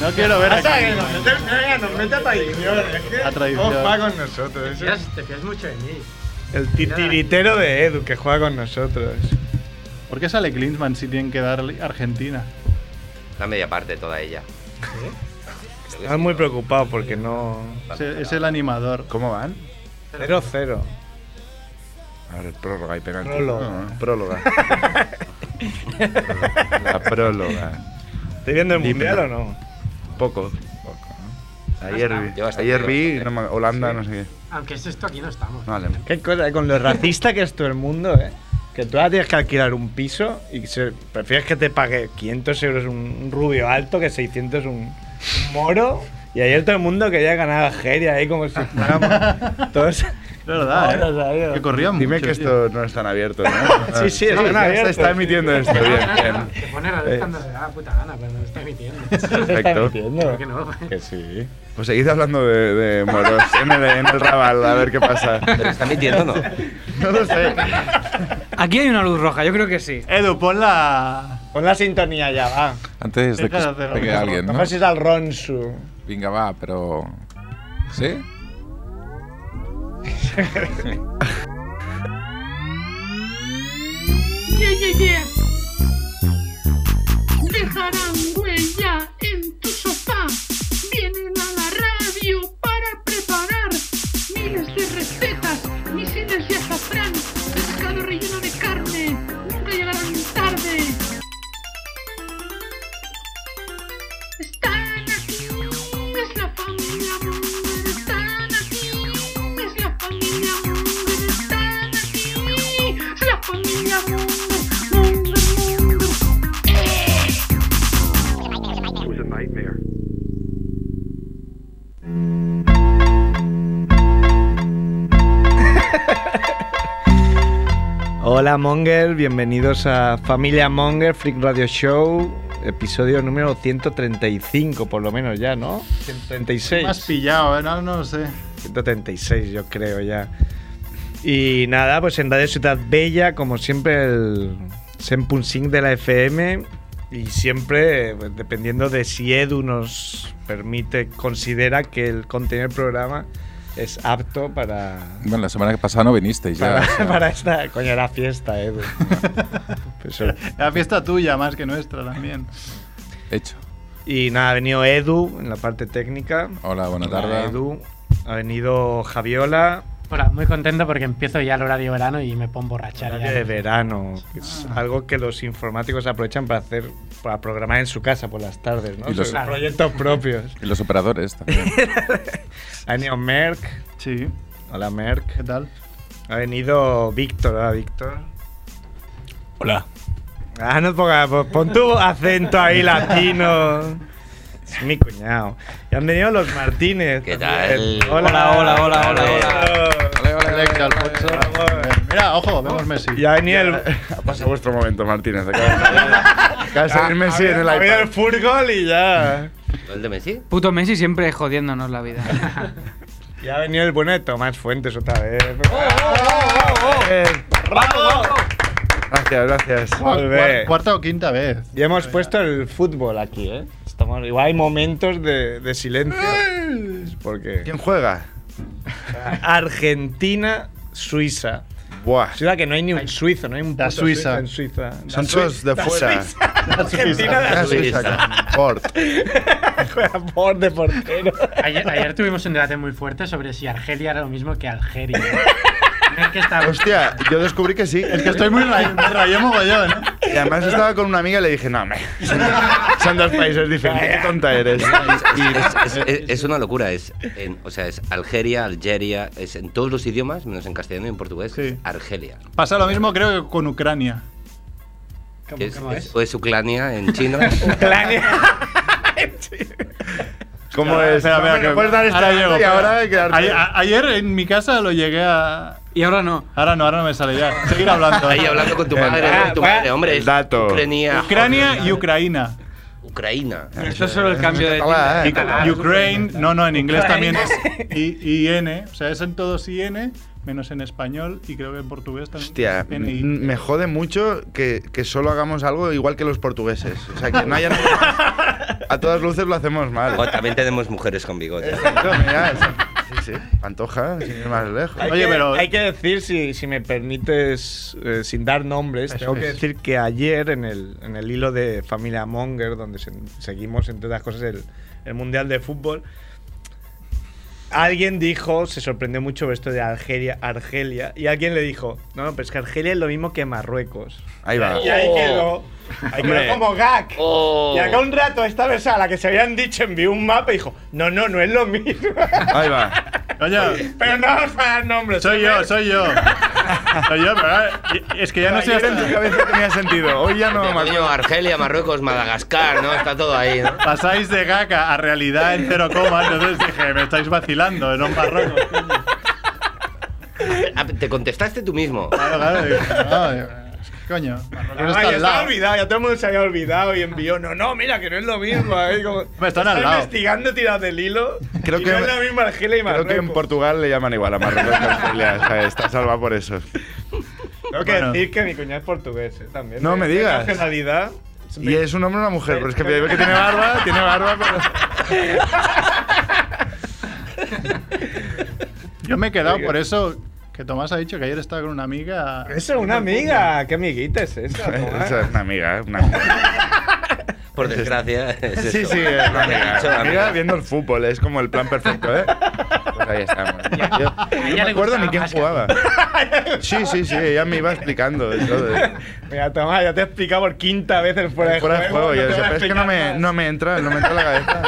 No quiero ver aquí. Sáquenlo, no hagan, nos mete a traición. Es que A traición. Ojo, va con nosotros. Te eso fías, es te fías mucho de mí. el titiritero de Edu que juega con nosotros. ¿Por qué sale Klinsmann si tienen que darle Argentina? La media parte, toda ella. Creo que Estás sí, muy ¿no? preocupado porque no. Es, es el animador. ¿Cómo van? 0-0. A ver, prórroga y penalti. Próloga. No, ¿eh? próloga. La próloga. ¿Estoy viendo el Dime. mundial o no? Poco. Poco, ¿no? Ayer vi, Yo bastante, ayer vi bastante. no me- Holanda, no sé qué. Aunque es esto, aquí no estamos. No, Alemania. Qué cosa, con lo racista que es todo el mundo, ¿eh? Que tú ahora tienes que alquilar un piso y se- prefieres que te pague 500 euros un, un rubio alto que 600 un, un moro. Y ayer todo el mundo quería ganar a Algeria ahí como si fuéramos todos. Es verdad, Ahora ¿eh? salió. Que corrían Dime mucho, que tío. esto no es tan abierto, ¿no? Sí, sí, es es tan abierto. Se está emitiendo este esto, bien, Te pone la luz cuando se da la puta gana, pero no lo está emitiendo. bien. Se está Perfecto. Creo metiendo. que no. Que sí. Pues seguid hablando de, de moros en el, en el Raval, a ver qué pasa. ¿Pero está mintiendo no? No lo sé. Aquí hay una luz roja, yo creo que sí. Edu, pon la. Pon la sintonía ya, va. Antes de que Deja de hacer se pegue lo mismo. alguien, ¿no? Mejor si es al Ronsu. Venga, va, pero. ¿Sí? Yeah, yeah, yeah. Dejarán huella en tu sofá. Vienen a la radio para preparar miles de recetas, misiles de azafrán, pescado relleno de carne. Nunca llegarán tarde. Están aquí, es la familia Munger. Están aquí, es la familia Munger. Están aquí, es la familia Munger. Munger, Munger. Hola Monger, bienvenidos a Familia Monger, Freak Radio Show, episodio número 135 por lo menos ya, ¿no? 136. Me has pillado, ¿eh? No, no lo sé. 136 yo creo ya. Y nada, pues en Radio Ciudad Bella, como siempre, el 100.5 de la FM. Y siempre, pues, dependiendo de si Edu nos permite, considera que el contenido del programa es apto para, Bueno, la semana que pasada no vinisteis ya. o sea, para, para esta... Coño, era fiesta, Edu. Pues, eh, La fiesta tuya más que nuestra también. Hecho. y nada, ha venido Edu en la parte técnica. Hola, buena Hola, tarde. Edu. Ha venido Javiola, Hola, muy contento porque empiezo ya el horario de verano y me pongo borrachar. Horario de verano, que es Ah. algo que los informáticos aprovechan para hacer, para programar en su casa por las tardes, ¿no? Y los- Sus proyectos propios. Y los operadores también. Ha venido Merck, Sí. hola Merck. ¿Qué tal? Ha venido Víctor, hola Víctor. Hola. Ah, no ponga, pon- pon tu acento ahí latino. Es mi cuñado. Y han venido los Martínez. ¿Qué también. tal? Hola, hola, hola, hola, hola. Ole, ole, ole. Perfecto, Alfonso. Mira, ojo, vemos Messi. Y ha venido el, Ha pasado vuestro momento, Martínez. Acaba de- acaba de salir Messi en el ha venido el iPad. Furgol y ya. ¿El de Messi? Puto Messi siempre jodiéndonos la vida. Y ha venido el bueno de Tomás Fuentes otra vez. Eh, Gracias, gracias. Cu- Muy bien. cuar- Cuarta o quinta vez. Y hemos puesto el fútbol aquí, ¿eh? Estamos, igual hay momentos de, de silencio. ¡Eh! Porque ¿Quién juega? Argentina, Suiza. Buah. Ciudad que no hay ni un suizo, no hay un La puto Suiza. suizo en Suiza. Son todos de fuera. Argentina de La Suiza. Port. Juega por de portero. Ayer, ayer tuvimos un debate muy fuerte sobre si Argelia era lo mismo que Algeria. No es que estaba- Hostia, yo descubrí que sí. Es que estoy muy ra- me rayé mogollón, ¿eh? Y además estaba con una amiga y le dije, no, me. Son dos países diferentes. Qué tonta eres. Es, es- es una locura. Es en- o sea, es Algeria, Algeria, es en todos los idiomas, menos en castellano y en portugués, Sí. es Argelia. Pasa lo mismo, creo que con Ucrania. Que es, es- o es Ucrania en chino. ¿Cómo es? Espera, espera, No, me que- puedes dar esta ahora mierda llego, y espera. ahora quedarte- Ayer, ah, a- ayer en mi casa lo llegué a. y ahora no. Ahora no, ahora no me sale ya. Seguir hablando. Ahí hablando con tu madre, Ah, con tu va. madre, hombre. es Dato. Ucrania. Ucrania y Ucrania. Ucraina. Eso es solo el cambio de. Hola, Y- eh. Ukraine, no, no, en inglés también es I- IN, o sea, es en todos IN, menos en español y creo que en portugués también. Hostia, en- m- me jode mucho que, que solo hagamos algo igual que los portugueses. O sea, que no haya nada- A todas luces lo hacemos mal. O también tenemos mujeres con bigote. Exacto, mira, o sea, sí, sí. Pantoja, sin ir más lejos. Hay, Oye, que, pero- hay que decir, si, si me permites, eh, sin dar nombres, Eso tengo que es. decir que ayer en el, en el hilo de Familia Monger, donde se- seguimos, entre otras cosas, el, el Mundial de Fútbol, alguien dijo, se sorprendió mucho esto de Argelia, Argelia, y alguien le dijo, no, no, pero es que Argelia es lo mismo que Marruecos. Ahí va. Y ahí quedó. Oh. Ahí quedó Hombre. como gag. Y acá un rato, esta vez a la que se habían dicho, envió un mapa y dijo, no, no, no es lo mismo. Ahí va. Oye, pero no vamos a dar nombres. soy yo, soy yo. Soy yo, pero ahora- es que ya no sé Ayer en tu hasta- cabeza tenía sentido. Hoy ya no me acuerdo. Coño, Argelia, Marruecos, Madagascar, ¿no? Está todo ahí, ¿no? Pasáis de gaca a realidad en cero coma, entonces dije, me estáis vacilando, no en Marruecos. coño". Ah, Te contestaste tú mismo. Claro, claro, dije, "Ah, coño, Marruecos Ah, está ya al estaba lado. olvidado, ya todo el mundo se había olvidado y envió. No, no, mira, que no es lo mismo. Ahí como, Me están al está lado. investigando tiras del hilo. Creo y que- no es la misma Argelia y Creo Marruecos. que en Portugal le llaman igual a Marruecos que a Argelia. O sea, está salva por eso. Tengo que Bueno. decir que mi cuñada es portugués eh, también. No de- me de digas. Nacionalidad. Y es un hombre o una mujer, pero es que, que tiene barba, tiene barba, pero. Yo me he quedado por eso que Tomás ha dicho que ayer estaba con una amiga. Eso, una amiga. Qué amiguita es esa. Tomás? Esa es una amiga, ¿eh? una amiga. Por desgracia. es Sí, eso. sí, es una amiga. Dicho, Una amiga amiga. viendo el fútbol, es como el plan perfecto, ¿eh? Pues ahí estamos. Yo, yo no le me acuerdo gustaba ni quién más que a jugaba. Sí, sí, sí, ella me iba explicando de todo. ¿eh? Mira, Tomás, ya te he explicado por quinta vez el fuera de Fuera de juego, no yo te decía, voy a pero es que no me, explicar no más. me entra, no me entra en la cabeza.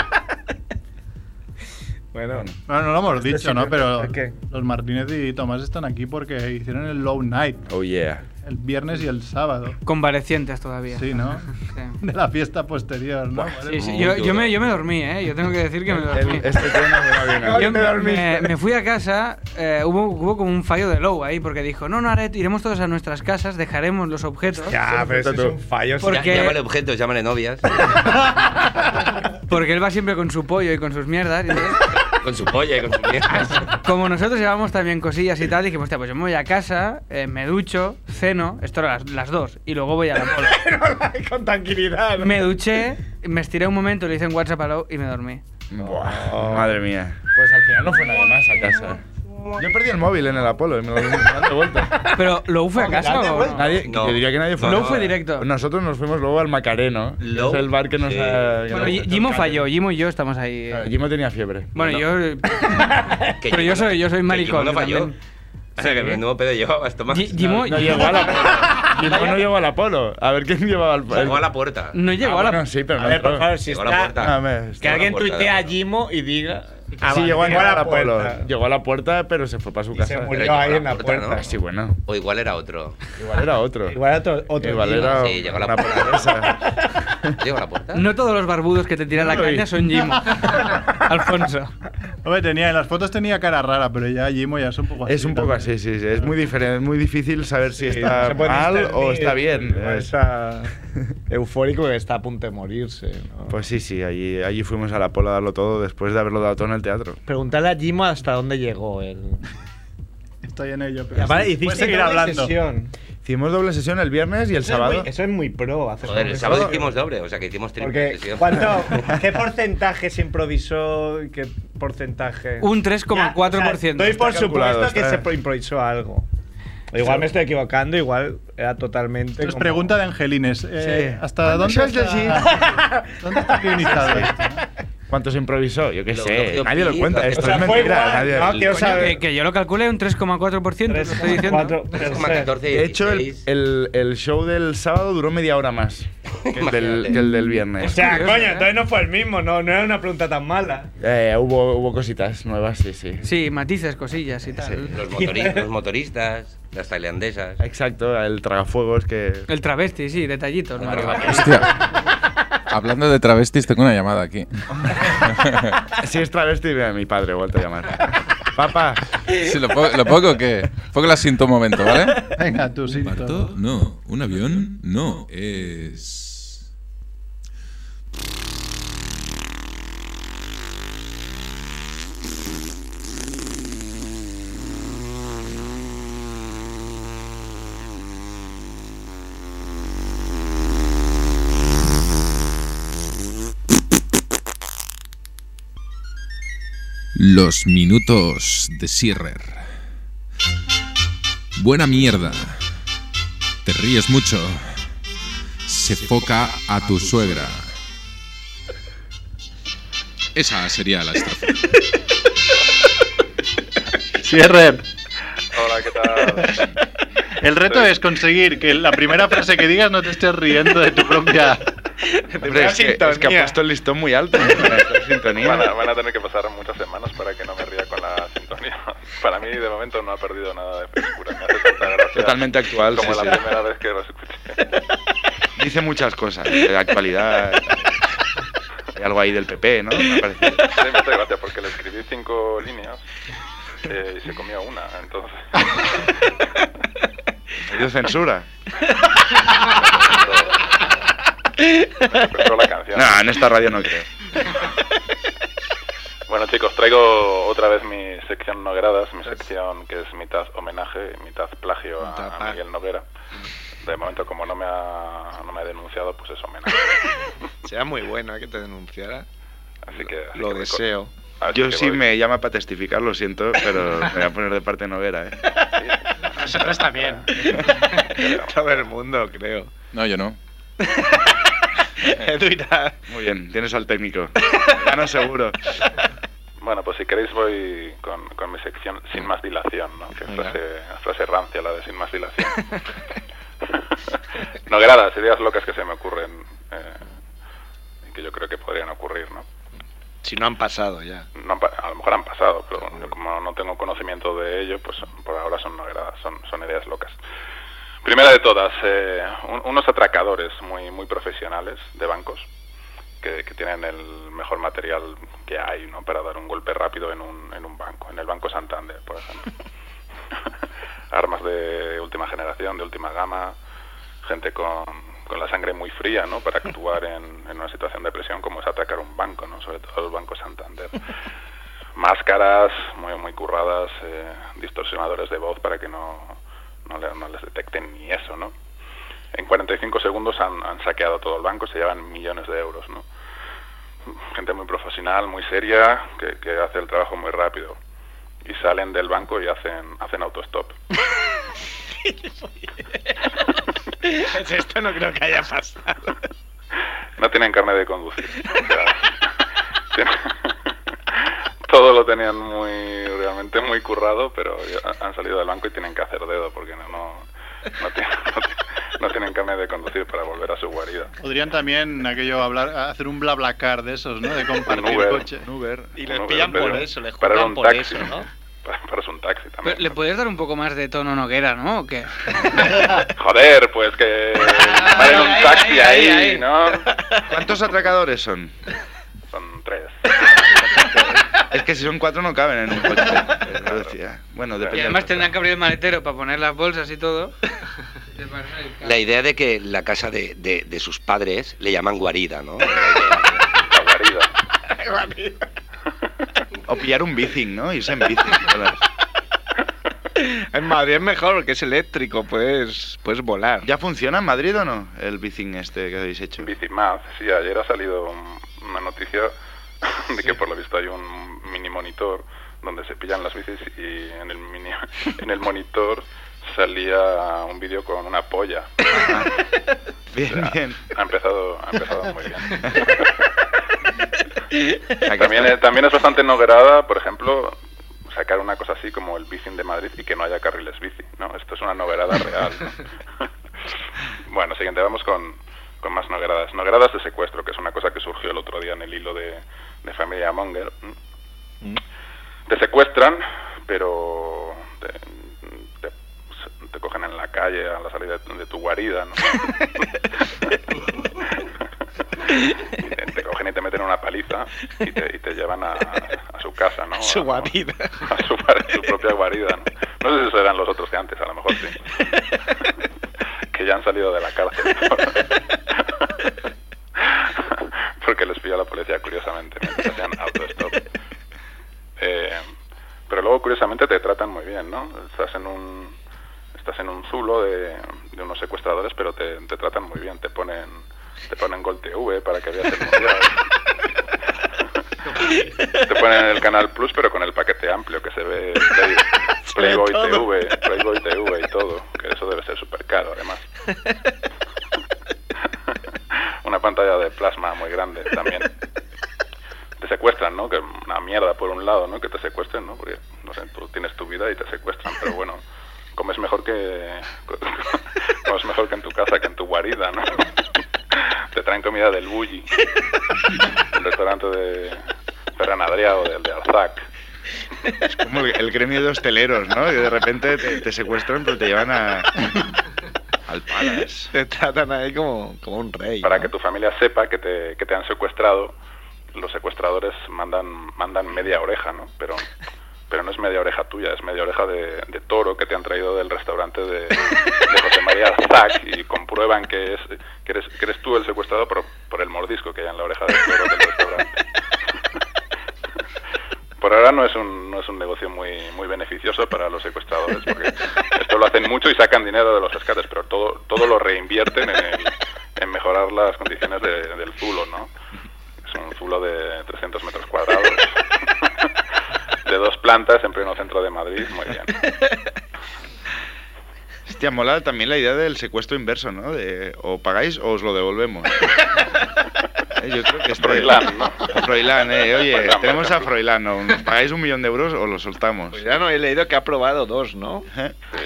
Bueno, Bueno, no lo hemos dicho, ¿no? Pero ¿El qué? los Martínez y Tomás están aquí porque hicieron el Low Night Oh yeah. el viernes y el sábado. Convalecientes todavía. Sí, ¿no? Sí. De la fiesta posterior, ¿no? Sí, sí, Yo, yo me, yo me dormí, ¿eh? Yo tengo que decir que me dormí. Este tema me va bien. a mí. Yo ¿eh? te dormiste. me, me fui a casa, eh, hubo, hubo como un fallo de Low ahí, porque dijo, no, no, ahora iremos todos a nuestras casas, dejaremos los objetos, ya, Ah, pero eso es tú. un fallo. Por- Ya- porque- Llámale objetos, llámale novias. porque él va siempre con su pollo y con sus mierdas. y entonces, Con su polla y con su mierda. como nosotros llevamos también cosillas y tal, dijimos, hostia, pues yo me voy a casa, eh, me ducho, ceno, esto era las, las dos, y luego voy a la polo. Con tranquilidad. ¿no? Me duché, me estiré un momento, le hice un WhatsApp a Low y me dormí. Buah, madre mía. Pues al final no fue nadie más a casa. ¿eh? Yo perdí el móvil en el Apolo y me lo di dando vueltas. Pero Low fue a casa o no? Nadie, No. Yo diría que nadie fue. Low fue directo. Nosotros nos fuimos luego al Macareno. que Low, Es el bar que nos sí. ha. que Bueno, nos- Gi- Gimo falló, Gimo y yo estamos ahí. eh. Claro, Gimo tenía fiebre. Bueno, yo. Que Pero yo no- soy- yo soy que maricón, Gimo No yo falló. también. O sea, que menudo pedo llevabas, Tomás. Gi- Gimo. No llegó al Apolo. Gimo no llegó al Apolo. A ver quién llevaba al Llegó a la puerta. No Ah, llegó a la. Ah, Bueno, sí, pero A no ver, por entró. favor, si Llegó a la está. puerta. A ver, Que está- Ah, alguien Llegó a la puerta, tuitee a llegó a la Gimo y diga. Sí, llegó a Avanzó entrar a al la Apolo. puerta. Llegó a la puerta, pero se fue para su Y casa. se Pero murió llegó a ahí la en la puerta, puerta. ¿no? Sí, bueno. O igual era otro. Igual era otro. Igual era otro, otro Igual Gimo. era Sí, llegó a la una puerta. portuguesa. Llegó a la puerta. No todos los barbudos que te tiran la No lo vi. caña son Gimo. Alfonso. Hombre, tenía, en las fotos tenía cara rara, pero ya Jimo ya es un poco así. Es un poco también. así, sí, sí. Es muy diferente, muy difícil saber si Sí, está se puede mal o discernir, está bien. Eh. igual Es- Está eufórico que está a punto de morirse. ¿no? Pues sí, sí, allí, allí fuimos a la Polo a darlo todo después de haberlo dado todo en el teatro. Preguntarle a Gimo hasta dónde llegó él. Estoy en ello, pero. Y aparte sí, hiciste puedes seguir doble hablando. sesión. Hicimos doble sesión el viernes y el Eso es muy- sábado. Eso es muy pro. hacer Joder, el doble sábado sesión. hicimos doble, o sea que hicimos triple. Porque, sesión. ¿cuánto, ¿qué porcentaje se improvisó y qué porcentaje? Ya, Un o sea, Doy 3,4%. por Está calculado, supuesto que está. se pro- improvisó algo. O igual me estoy equivocando, igual era totalmente. Entonces, como- pregunta de Angelines. eh, Sí. ¿Hasta dónde Manchester está, ¿Dónde está guionizado esto? ¿Cuánto se improvisó? Yo qué Lo- sé. lo- nadie lo lo- cuenta. lo- Esto o sea, es fue mentira. igual, nadie- ¿no? Quiero Coño, saber. que, que yo lo calculé un 3,4%, lo Tres, estoy diciendo. cuatro, tres, 3,14 De hecho, el, 16. el- el show del sábado duró media hora más que el del, que el del O viernes. sea, Curioso, coño, ¿eh? entonces no fue el mismo, no, no era una pregunta tan mala. Eh, hubo, hubo cositas nuevas, sí, sí. Sí, matices, cosillas y tal. Los, motori- los motoristas, las tailandesas. Exacto, el tragafuegos que. El travesti, sí, detallitos. El macho. travesti. Hostia. Hablando de travestis, tengo una llamada aquí. Si es travesti, ve a mi padre, he vuelto a llamar. Papá, Sí, lo, po- lo pongo que. Pongo la cinta un momento, ¿vale? Venga, tú sí. ¿Parto? No. ¿Un avión? No. Es. Los minutos de Sierrer. Buena mierda. Te ríes mucho. Se foca a tu suegra. Esa sería la estrofa. Sierrer. Hola, ¿qué tal? El reto es conseguir que la primera frase que digas no te estés riendo de tu propia. Hombre, es, que, es que ha puesto el listón muy alto. Esta sintonía. Van a, van a tener que pasar muchas semanas para que no me ría con la sintonía. Para mí, de momento, no ha perdido nada de frescura. Me hace tanta gracia. Totalmente actual, Como sí, la sí. primera vez que lo escuché. Dice muchas cosas. eh, De actualidad. Hay algo ahí del PP, ¿no? Me parece. Sí, me hace gracia porque le escribí cinco líneas eh, y se comió una, entonces. ¿Le dio censura? Pero la canción. No, en esta radio no creo. Bueno, chicos, traigo otra vez mi sección Nogueradas, mi sección que es mitad homenaje y mitad plagio a, a Miguel Noguera. De momento, como no me ha, no me ha denunciado, pues es homenaje. Sea muy buena que te denunciara. Así que. así Lo que me co- deseo. así Yo Ah, que sí voy. me llama para testificar, lo siento, pero me voy a poner de parte Noguera, ¿eh? Nosotros también. Todo el mundo, creo. No, yo no. Tú irás. Muy bien, tienes al técnico. Gano seguro. Bueno, pues si queréis, voy con, con mi sección Sin más dilación, ¿no? Que es Venga. frase, frase rancia la de Sin más dilación. Nogueradas, ideas locas que se me ocurren eh, y que yo creo que podrían ocurrir, ¿no? Si no han pasado ya. No han pa- a lo mejor han pasado, pero yo como no tengo conocimiento de ello, pues por ahora son novedades, son, son ideas locas. Primera de todas, eh, un- unos atracadores muy, muy profesionales de bancos que, que tienen el mejor material que hay ¿no? para dar un golpe rápido en un, en un banco, en el Banco Santander, por ejemplo. Armas de última generación, de última gama, gente con, con la sangre muy fría ¿no? para actuar en, en una situación de presión como es atacar un banco, ¿no? sobre todo el Banco Santander máscaras muy muy curradas, eh, distorsionadores de voz para que no, no, le- no les detecten ni eso, ¿no? En 45 segundos han, han saqueado todo el banco, se llevan millones de euros, ¿no? Gente muy profesional, muy seria, que, que hace el trabajo muy rápido. Y salen del banco y hacen, hacen autostop. Pues Esto no creo que haya pasado. No tienen carnet de conducir. O sea, tienen- Todo lo tenían muy, realmente muy currado, pero ya han salido del banco y tienen que hacer dedo porque no, no, no tienen, no ti- no tienen carnet de conducir para volver a su guarida. Podrían también aquello hablar, hacer un blablacar de esos, ¿no? De compartir Un Uber. coche. Y les pillan por eso, les juzgan por eso, ¿no? Para un taxi Pero, también. ¿Le podías dar un poco más de tono Noguera, no? ¿O qué? Joder, pues que paren un taxi ahí, ¿no? ¿Cuántos atracadores son? Son tres. Es que si son cuatro no caben en un coche. Pero, hostia, Bueno, Y depende. además tendrán que abrir el maletero para poner las bolsas y todo. La idea de que la casa de, de- de sus padres le llaman guarida, ¿no? La guarida. O pillar un bicing, ¿no? Irse en bicing. En Madrid es mejor porque es eléctrico, puedes, puedes volar. ¿Ya funciona en Madrid o no el bicing este que habéis hecho? Bicimad, sí, ayer ha salido un- una noticia de que por lo visto hay un mini monitor donde se pillan las bicis y en el mini en el monitor salía un vídeo con una polla. Bien, bien. Ha empezado, ha empezado muy bien. Aquí También está. es, también es bastante noguerada, por ejemplo, sacar una cosa así como el bicing de Madrid y que no haya carriles bici, ¿no? Esto es una noguerada real. ¿no? bueno, siguiente, vamos con, con más nogueradas. Nogueradas de secuestro, que es una cosa que surgió el otro día en el hilo de, de Familia Monger. ¿m? Te secuestran, pero te, te, te cogen en la calle a la salida de, de tu guarida, ¿no? Y te, te cogen y te meten una paliza y te, y te llevan a, a su casa, ¿no? Su A- guarida. a su, a su propia guarida. ¿no? No sé si eso eran los otros que antes, a lo mejor sí. que ya han salido de la cárcel. Porque les pilló la policía, curiosamente, mientras hacían autostop. Eh, pero luego, curiosamente, te tratan muy bien, ¿no? Estás en un, estás en un zulo de, de unos secuestradores, pero te, te tratan muy bien. Te ponen, te ponen Gol TV para que veas el mundial. Te ponen en el canal Plus, pero con el paquete amplio que se ve Play- Playboy todo. TV, Playboy TV y todo. Que eso debe ser súper caro, además. Una pantalla de plasma muy grande también. Te secuestran, ¿no? Que es una mierda por un lado, ¿no? Que te secuestren, ¿no? Porque, no sé, tú tienes tu vida y te secuestran, pero bueno, comes mejor que... comes mejor que en tu casa, que en tu guarida, ¿no? Te traen comida del Bulli, el restaurante de Ferran Adrià o del de Arzac. Es como el, el gremio de hosteleros, ¿no? Que de repente te, te secuestran, pero te llevan a. al Palace. Te tratan ahí como, como un rey. Para ¿no? que tu familia sepa que te, que te han secuestrado, los secuestradores mandan, mandan media oreja, ¿no? Pero, pero no es media oreja tuya, es media oreja de, de toro que te han traído del restaurante de, de José María Arzac y comprueban que, es, que, eres, que eres tú el secuestrado por, por el mordisco que hay en la oreja del toro del restaurante. Por ahora no es un, no es un negocio muy, muy beneficioso para los secuestradores, porque esto lo hacen mucho y sacan dinero de los rescates, pero todo, todo lo reinvierten en, el- en mejorar las condiciones de- del zulo, ¿no? Es un zulo de 300 metros cuadrados, de dos plantas en pleno centro de Madrid, muy bien. Hostia, mola también la idea del secuestro inverso, ¿no? De o pagáis o os lo devolvemos. Eh, Yo creo que este- Froilán, ¿no? A Froilán, eh. Oye, Froilán, por tenemos a ejemplo. Froilán, o nos pagáis un millón de euros o lo soltamos. Pues Eh, Ya no he leído que ha probado dos, ¿no?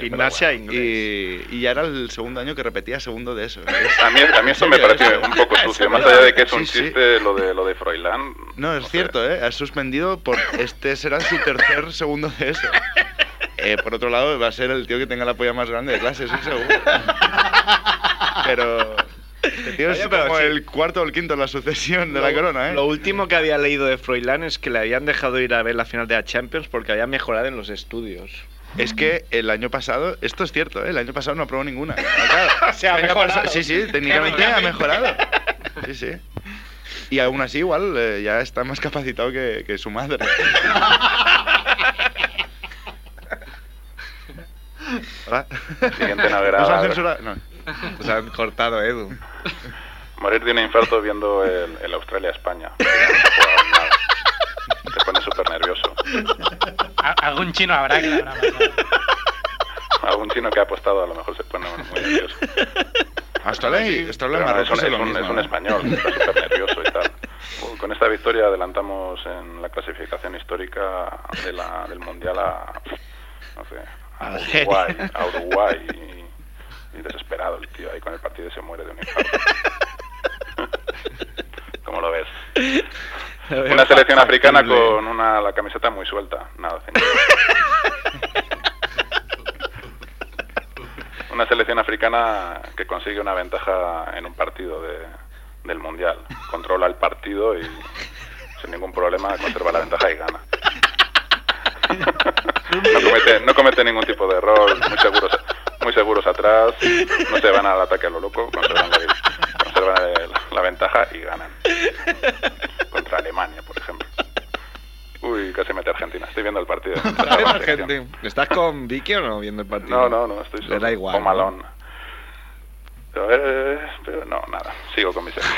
Gimnasia e inglés. Y, y ya era el segundo año que repetía segundo de eso. A mí, a mí esto me ¿En parece serio? un poco Eso sucio, me más allá de que es Sí, un sí. chiste lo de, lo de Froilán, No, es cierto, ¿eh? Has suspendido por... Este será su tercer segundo de eso. Eh, por otro lado, va a ser el tío que tenga la polla más grande de clase, eso seguro. Pero... Este tío es Oye, pero como sí. el cuarto o el quinto en la sucesión de la Lo- corona, ¿eh? Lo último que había leído de Froilán es que le habían dejado ir a ver la final de la Champions porque había mejorado en los estudios. Es que el año pasado, esto es cierto, ¿eh? el año pasado no aprobó ninguna. Claro, Se ha venga, mejorado. pasa- Sí, sí, técnicamente ha mejorado. Sí, sí. Y aún así, igual, eh, ya está más capacitado que, que su madre. Hola. Siguiente novedad. Nos han censurado. No. Nos han cortado, Edu. morir de un infarto viendo el, el Australia-España. No juegas nada. Te pone súper nervioso. A- Algún chino habrá que lo habrá pasado. Algún chino que ha apostado a lo mejor se pone muy nervioso. Australia y Australia y Pero no, es, Marruecos un, es es lo un- mismo, es un ¿no? español, está súper nervioso y tal. Uy, Con esta victoria adelantamos en la clasificación histórica de la- del Mundial a, no sé, a Uruguay. A Uruguay y, y desesperado el tío ahí con el partido y se muere de un infarto. ¿Cómo lo ves? Una selección africana con una, la camiseta muy suelta. Nada, señor. Una selección africana que consigue una ventaja en un partido de- del Mundial. Controla el partido y sin ningún problema conserva la ventaja y gana. No comete, no comete ningún tipo de error, muy seguros, muy seguros atrás, no se van al ataque a lo loco, conservan la, conservan el- la ventaja y ganan. Contra Alemania, por ejemplo. Uy, casi mete a Argentina. Estoy viendo el partido. Gente, ¿Estás con Vicky o no viendo el No, partido? no, no, estoy solo. Le da igual. O ¿no? malón. Pero, eh, pero no, nada. Sigo con mi serie.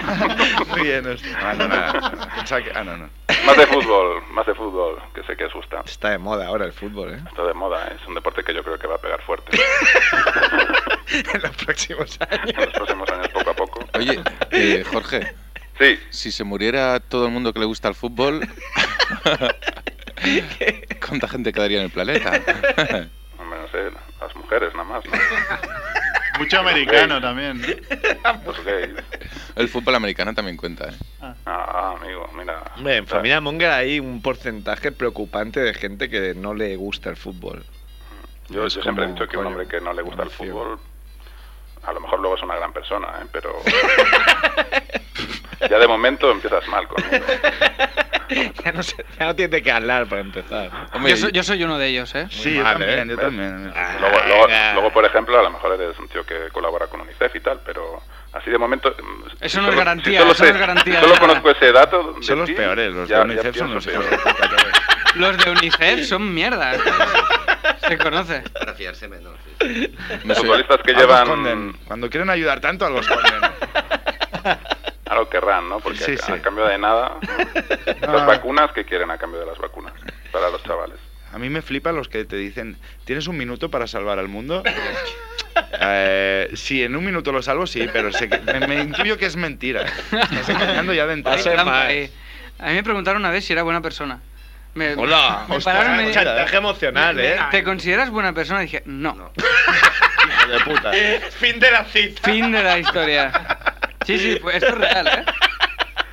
Muy bien, hostia. Ah, no, nada. Pensaba que- Ah, no, no. más de fútbol, más de fútbol, que sé que os gusta. Está de moda ahora el fútbol, ¿eh? Está de moda, ¿eh? es un deporte que yo creo que va a pegar fuerte en los próximos en años. los próximos años, poco a poco. Oye, eh, Jorge. Sí. Si se muriera todo el mundo que le gusta el fútbol, ¿cuánta gente quedaría en el planeta? Hombre, no sé, las mujeres nada más. ¿no? Mucho americano también. ¿no? Los gays. El fútbol americano también cuenta. ¿eh? Ah, amigo, mira. Hombre, en familia Monger hay un porcentaje preocupante de gente que no le gusta el fútbol. Yo, Es yo siempre he como, dicho que un coño, hombre que no le gusta el conocido. fútbol, a lo mejor luego es una gran persona, ¿eh? pero ya de momento empiezas mal conmigo. ya, no se- ya no tiene que hablar para empezar. yo, soy, yo soy uno de ellos, ¿eh? Sí, yo también, yo también. Luego, Ah, luego, luego, por ejemplo, a lo mejor eres un tío que colabora con UNICEF y tal, pero así de momento... mm, Eso si no es solo- garantía, si solo eso no es garantía Si de solo nada. conozco ese dato... de Son los ti, peores, los ya- de ya UNICEF son pienso los peor. hijos de puta, tío. Los de UNICEF son mierdas. Se conoce. Para fiarse menos. sí. No sé. Futbolistas que Algo llevan... esconden. Cuando quieren ayudar tanto, algo esconden. Claro, Terran, ¿no? Porque Sí, Ah. a, sí. a cambio de nada, las vacunas, ¿qué quieren a cambio de las vacunas? Para los chavales. A mí me flipan los que te dicen, ¿tienes un minuto para salvar al mundo? Eh, sí, en un minuto lo salvo, sí, pero sé que- me, me intuyo que es mentira. Estás engañando ya de entrada. Hay trampa ahí. A mí me preguntaron una vez si era buena persona. Me, Hola. me Hostia, pararon y me dijeron, chantaje emocional, me- ¿eh? ¿Te consideras buena persona? Y dije, no. de puta. Eh, Fin de la cita. Fin de la historia. Sí, sí, pues esto es real, ¿eh?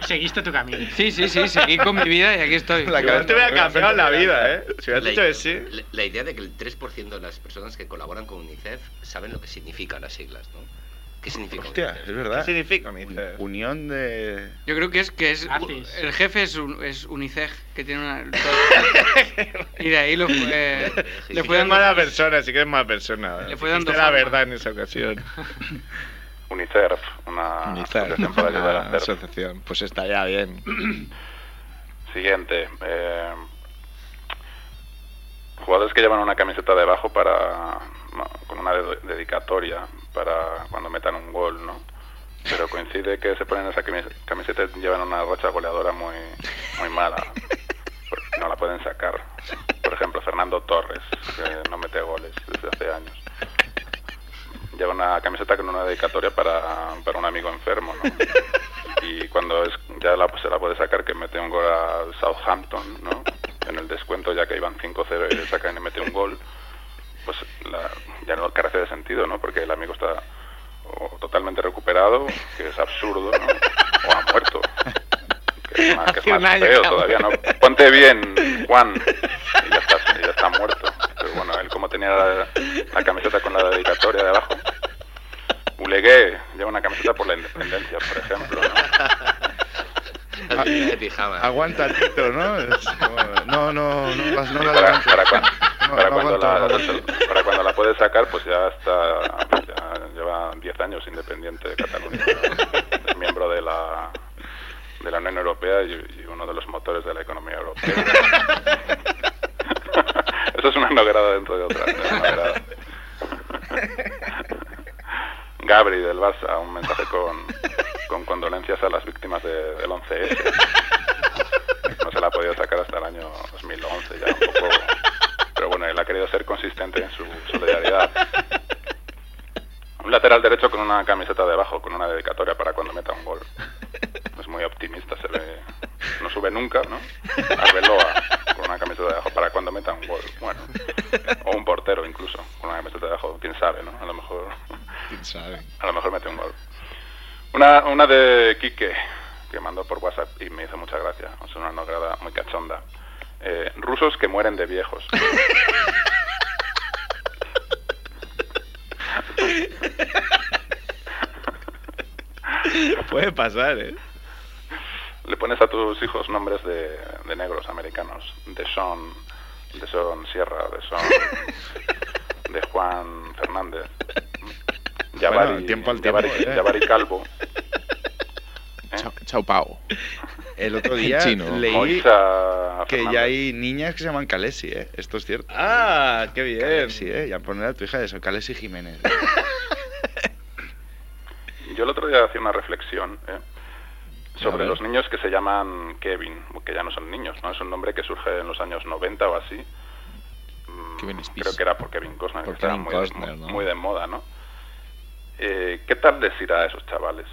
Seguiste tu camino. Sí, sí, sí, seguí con mi vida y aquí estoy. La cara te hubiera cambiado la vida, ¿eh? Si hubieras dicho que sí. la- la idea de que el 3% de las personas que colaboran con UNICEF saben lo que significan las siglas, ¿no? ¿Qué significa Hostia, UNICEF? es verdad. ¿Qué significa UNICEF? Unión de... Yo creo que es que es el jefe es, un- es Unicef, que tiene una y de ahí lo fue le si fue que es dando- mala persona, si que es mala persona. Le fue dando Dijiste la fama. verdad en esa ocasión. UNICEF, una asociación para ayudar a Ah, hacer asociación. Pues está ya bien. Siguiente. eh, jugadores que llevan una camiseta debajo para no, con una de- dedicatoria para cuando metan un gol, ¿no? Pero coincide que se ponen esa camis- camiseta y llevan una racha goleadora muy muy mala. Pues No la pueden sacar. Por ejemplo, Fernando Torres, que no mete goles desde hace años. Lleva una camiseta con una dedicatoria para, para un amigo enfermo, ¿no? y cuando es, ya la, se la puede sacar que mete un gol al Southampton, ¿no? En el descuento ya que iban 5-0 y le sacan y mete un gol, pues la- ya no carece de sentido, ¿no? Porque el amigo está o totalmente recuperado, que es absurdo, ¿no? O ha muerto. Que es más, que es Hace un más año feo que ha todavía, ¿no? Ponte bien, Juan. Y ya está, y ya está muerto. Pero bueno, él como tenía la, la camiseta con la dedicatoria debajo. Ulegué lleva una camiseta por la independencia, por ejemplo, ¿no? significa De pijama. Aguanta, Tito, ¿no? Es como- No, no, no, vas- no, Y la para, levantes. para cuan- No, para no cuando aguanto, la, no para cuando la puedes sacar, pues ya está, pues ya lleva 10 años independiente de Cataluña, es miembro de la, de la Unión Europea y, y uno de los motores de la economía europea. Eso es una noguerada dentro de otra. es una noguerada. Gabri del Barça, un mensaje con, con condolencias a las víctimas de- del 11S. No se la ha podido sacar hasta el año 2011, ya un poco. Pero bueno, él ha querido ser consistente en su solidaridad. Un lateral derecho con una camiseta debajo, con una dedicatoria para cuando meta un gol. Es muy optimista, se ve. No sube nunca, ¿no? Arbeloa con una camiseta debajo para cuando meta un gol. Bueno, o un portero incluso, con una camiseta debajo, quién sabe, ¿no? A lo mejor, ¿Quién sabe? a lo mejor mete un gol. Una, una de Quique, que mandó por WhatsApp y me hizo mucha gracia. Es una nograda muy cachonda. Eh, rusos que mueren de viejos. Puede pasar, ¿eh? Le pones a tus hijos nombres de, de negros americanos. De Son, de Son Sierra, de Son, de Juan Fernández. Yavari, Bueno, tiempo al Yavari- tiempo, ¿eh? Yavari Calvo. Chao, chao, Pau. El otro día Chino. leí Ah, Concha que Fernández. ya hay niñas que se llaman Calesi, ¿eh? Esto es cierto. Ah, qué bien. Sí, ¿eh? Ya poner a tu hija eso, Calesi Jiménez. Yo el otro día hacía una reflexión ¿eh? A sobre ver. los niños que se llaman Kevin, que ya no son niños, ¿no? Es un nombre que surge en los años 90 o así. Mm, Kevin Spacey. Creo que era por Kevin Costner, Por que estaba Kevin muy, Costner, Ah. muy- ¿no? muy de moda, ¿no? Eh, ¿Qué tal les irá a esos chavales?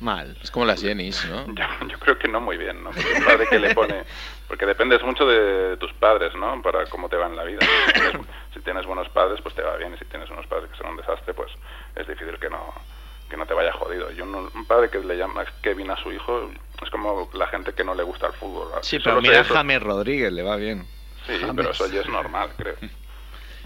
Mal. Es como las Jennys, ¿no? Yo, yo creo que no muy bien, ¿no? Porque el padre que le pone... Porque dependes mucho de tus padres, ¿no? Para cómo te va en la vida. Si tienes, si tienes buenos padres, pues te va bien. Y si tienes unos padres que son un desastre, pues es difícil que no que no te vaya jodido. Y un, un padre que le llama Kevin a su hijo es como la gente que no le gusta el fútbol. Sí, pero Solo sé mira a Ah, eso. James Rodríguez, le va bien. Sí, James. pero eso ya es normal, creo.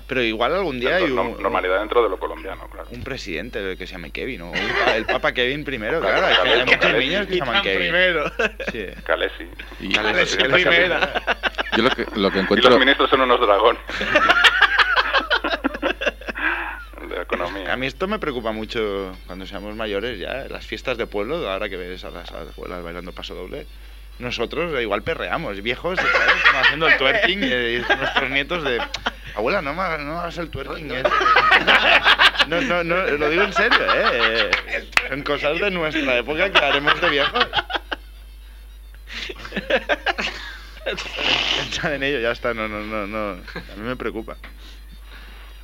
Pero igual algún día hay Entonces, un, no- normalidad dentro de lo colombiano, claro. un presidente que se llame Kevin, o un pa- el Papa Kevin primero, Claro, claro. es que claro, hay muchos claro. niños que se llaman Quitan Kevin. primero. Sí. Calesi. Y- Calesi Calesi primera. Yo lo que, lo que Y encuentro. los ministros son unos dragones. de economía. A mí esto me preocupa mucho cuando seamos mayores ya, las fiestas de pueblo, ahora que ves a las abuelas bailando paso doble. Nosotros eh, igual perreamos, viejos, ¿sabes? Como haciendo el twerking, eh, y nuestros nietos de... Abuela, no, me hagas- no hagas el twerking. eh". No, no, no, lo digo en serio, ¿eh? Son cosas de nuestra época que haremos de viejos. Pensad en ello, ya está, no, no, no, no. A mí me preocupa.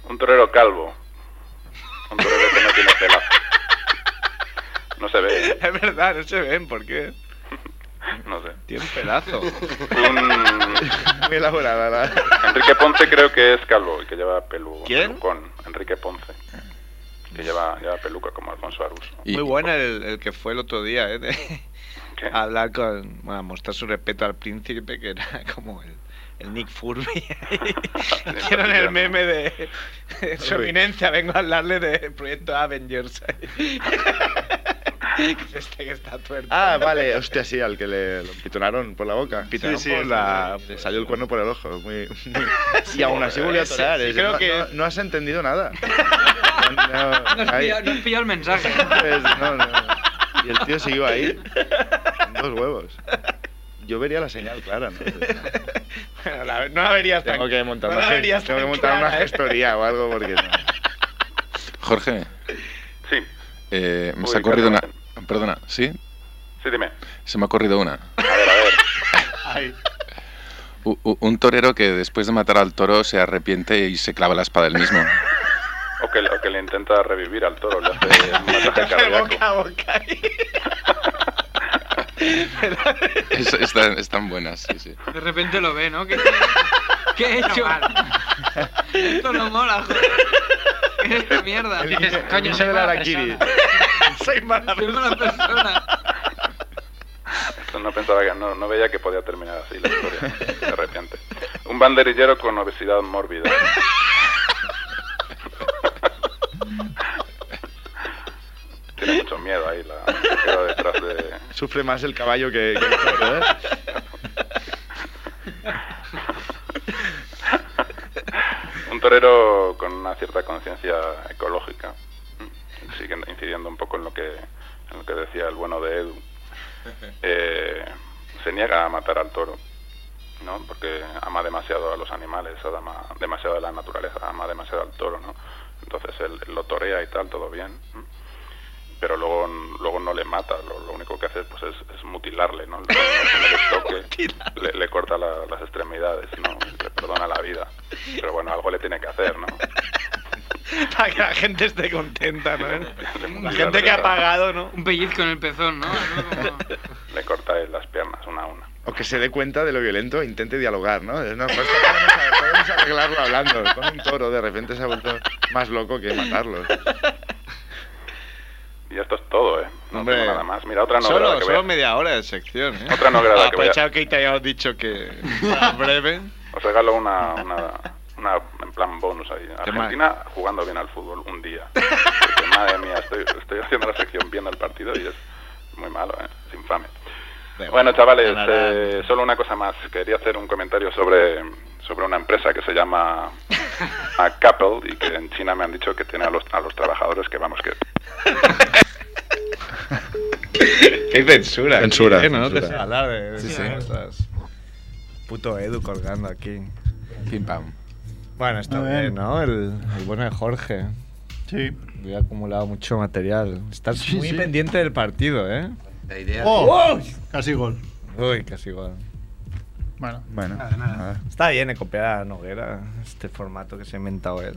Un torero calvo. Un torero que no tiene pelazo. No se ve. Es verdad, no se ven, ¿por qué? No sé. Tiene un pelazo. Un- Muy elaborada la. Enrique Ponce creo que es calvo y que lleva pelu... ¿Quién? pelucón. Enrique Ponce. Que lleva, lleva peluca como Alfonso Arús. Muy bueno el, el que fue el otro día, ¿eh? De- hablar con. Bueno, mostrar su respeto al príncipe, que era como el, el Nick Furby. Hicieron el meme de, de su Uy. eminencia. Vengo a hablarle del proyecto Avengers. este que está tuerto. Ah, vale, hostia, sí, al que le lo pitonaron por la boca. Pitonaron sí, sí, por la- le salió el cuerno por el ojo. Muy, muy- y aún así volvió a Sí, atorar. sí, es- creo no, que- no- no has entendido nada. No has ahí- pillado, no has pillado el mensaje. Pues, no, no. Y el tío siguió ahí. con Dos huevos. Yo vería la señal clara, ¿no? Bueno, la- no la verías tan- Tengo que montar, no una, la gest- verías tengo tan que montar una clara, ¿eh? gestoría o algo porque no. Jorge. Sí. Eh, me se Uy, ha ocurrido una. perdón. Perdona, ¿sí? Sí, dime. Se me ha ocurrido una. Ay. U- u- un torero que después de matar al toro se arrepiente y se clava la espada él mismo. O que, o que le intenta revivir al toro, le hace un masaje cardíaco. boca a boca. Es- están, están buenas, sí, sí. De repente lo ve, ¿no? ¿Qué, qué he hecho? Esto no mola, joder. ¿Qué es esta mierda? Dices, coño, soy mala persona. Soy mala persona. Soy mala persona. Esto No pensaba que, no, no veía que podía terminar así la historia, de repente. Un banderillero con obesidad mórbida. Tiene mucho miedo ahí la que queda detrás de... Sufre más el caballo que, que el toro, ¿eh? Un torero con una cierta conciencia ecológica, sigue incidiendo un poco en lo que, en lo que decía el bueno de Edu. eh, se niega a matar al toro, ¿no? Porque ama demasiado a los animales, ama demasiado a la naturaleza, ama demasiado al toro, ¿no? Entonces él, él lo torea y tal, todo bien, ¿m? pero luego, luego no le mata, lo, lo único que hace pues es, es mutilarle, ¿no? Le, le- le toque, le- le corta la- las extremidades, ¿no? Le perdona la vida, pero bueno, algo le tiene que hacer, ¿no? Para que la gente esté contenta, ¿no? La mutilarle gente que ha pagado, ¿no? Un pellizco en el pezón, ¿no? Algo como- Le corta él las piernas una a una. O que se dé cuenta de lo violento e intente dialogar, ¿no? Es, No, pues esto podemos, a- podemos arreglarlo hablando. Con un toro de repente se ha vuelto más loco que matarlo. Y esto es todo, ¿eh? No Hombre. tengo nada más. Mira, otra novela Solo, que solo vea. media hora de sección, ¿eh? Otra novela que vaya. Aprovechado que te habíamos dicho que era breve. Os regalo una, una, una en plan bonus ahí. Argentina jugando bien al fútbol un día. Porque, madre mía, estoy, estoy haciendo la sección viendo el partido y es muy malo, ¿eh? Es infame. Bueno, chavales, eh, solo una cosa más. Quería hacer un comentario sobre, sobre una empresa que se llama Couple y que en China me han dicho que tiene a los, a los trabajadores que, vamos, que Qué censura. Censura, aquí, ¿eh? No te censura. sé hablar de- Sí, sí. Ostras. Puto Edu colgando aquí. Pim pam. Bueno, está Muy bien, bien. ¿no? El, el bueno de Jorge. Sí. He acumulado mucho material. Estás Sí, muy sí. pendiente del partido, ¿eh? La idea. ¡Oh! Casi gol. Uy, casi igual. Bueno. Bueno, Nada, Está bien eh, copiar a Noguera este formato que se ha inventado él.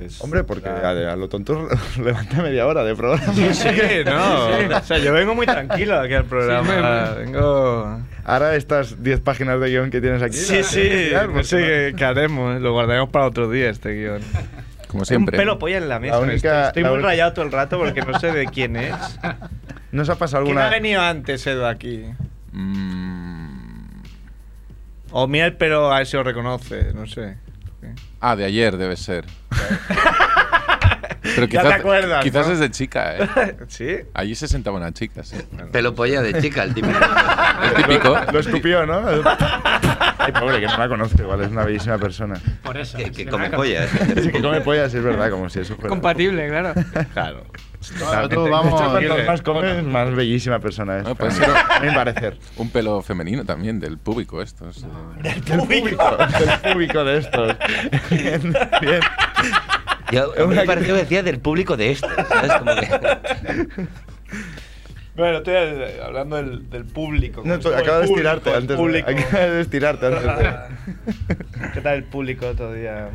Es Hombre, porque la- a, a lo tonto levanta media hora de programa. Sí, sí, no. O sea, yo vengo muy tranquilo aquí al programa. Sí, me- vengo. Ahora estas 10 páginas de guión que tienes aquí. Sí, las tienes que sí, tirar, no porque sé qué, qué haremos. eh, Lo guardaremos para otro día este guión. Como Hay un siempre. pelo polla en la mesa. única- estoy- estoy la muy única- rayado todo el rato porque no sé de quién es. ¿No os ha pasado ¿Quién ha alguna? venido antes, Edu, aquí? Mm. O mira el pelo, a ver si lo reconoce, no sé. Ah, de ayer debe ser. Ya Pero quizás, te acuerdas, quizás ¿no? es de chica, ¿eh? ¿Sí? Allí se sentaba una chica, sí. Pelo polla de chica, el típico. El típico. Lo escupió, ¿no? Ay, pobre, que no la conozco, igual es una bellísima persona. Por eso. Que, que Sí, come nada, pollas. Sí, que come pollas, es verdad, como si eso fuera. Compatible, claro. Claro. tú, vamos. Cuanto más comes, más bellísima persona es. No, puede para ser mí, a mi parecer. un pelo femenino también, del público estos. El público, el público de estos. Bien, bien. Yo, a mí me pareció que decía del público de este. ¿sabes? Como que- Bueno, estoy eh, hablando del, del público. No, tú Como el acabas de público, estirarte el antes. de- público. Acabas de estirarte antes. de- ¿Qué tal el público otro día?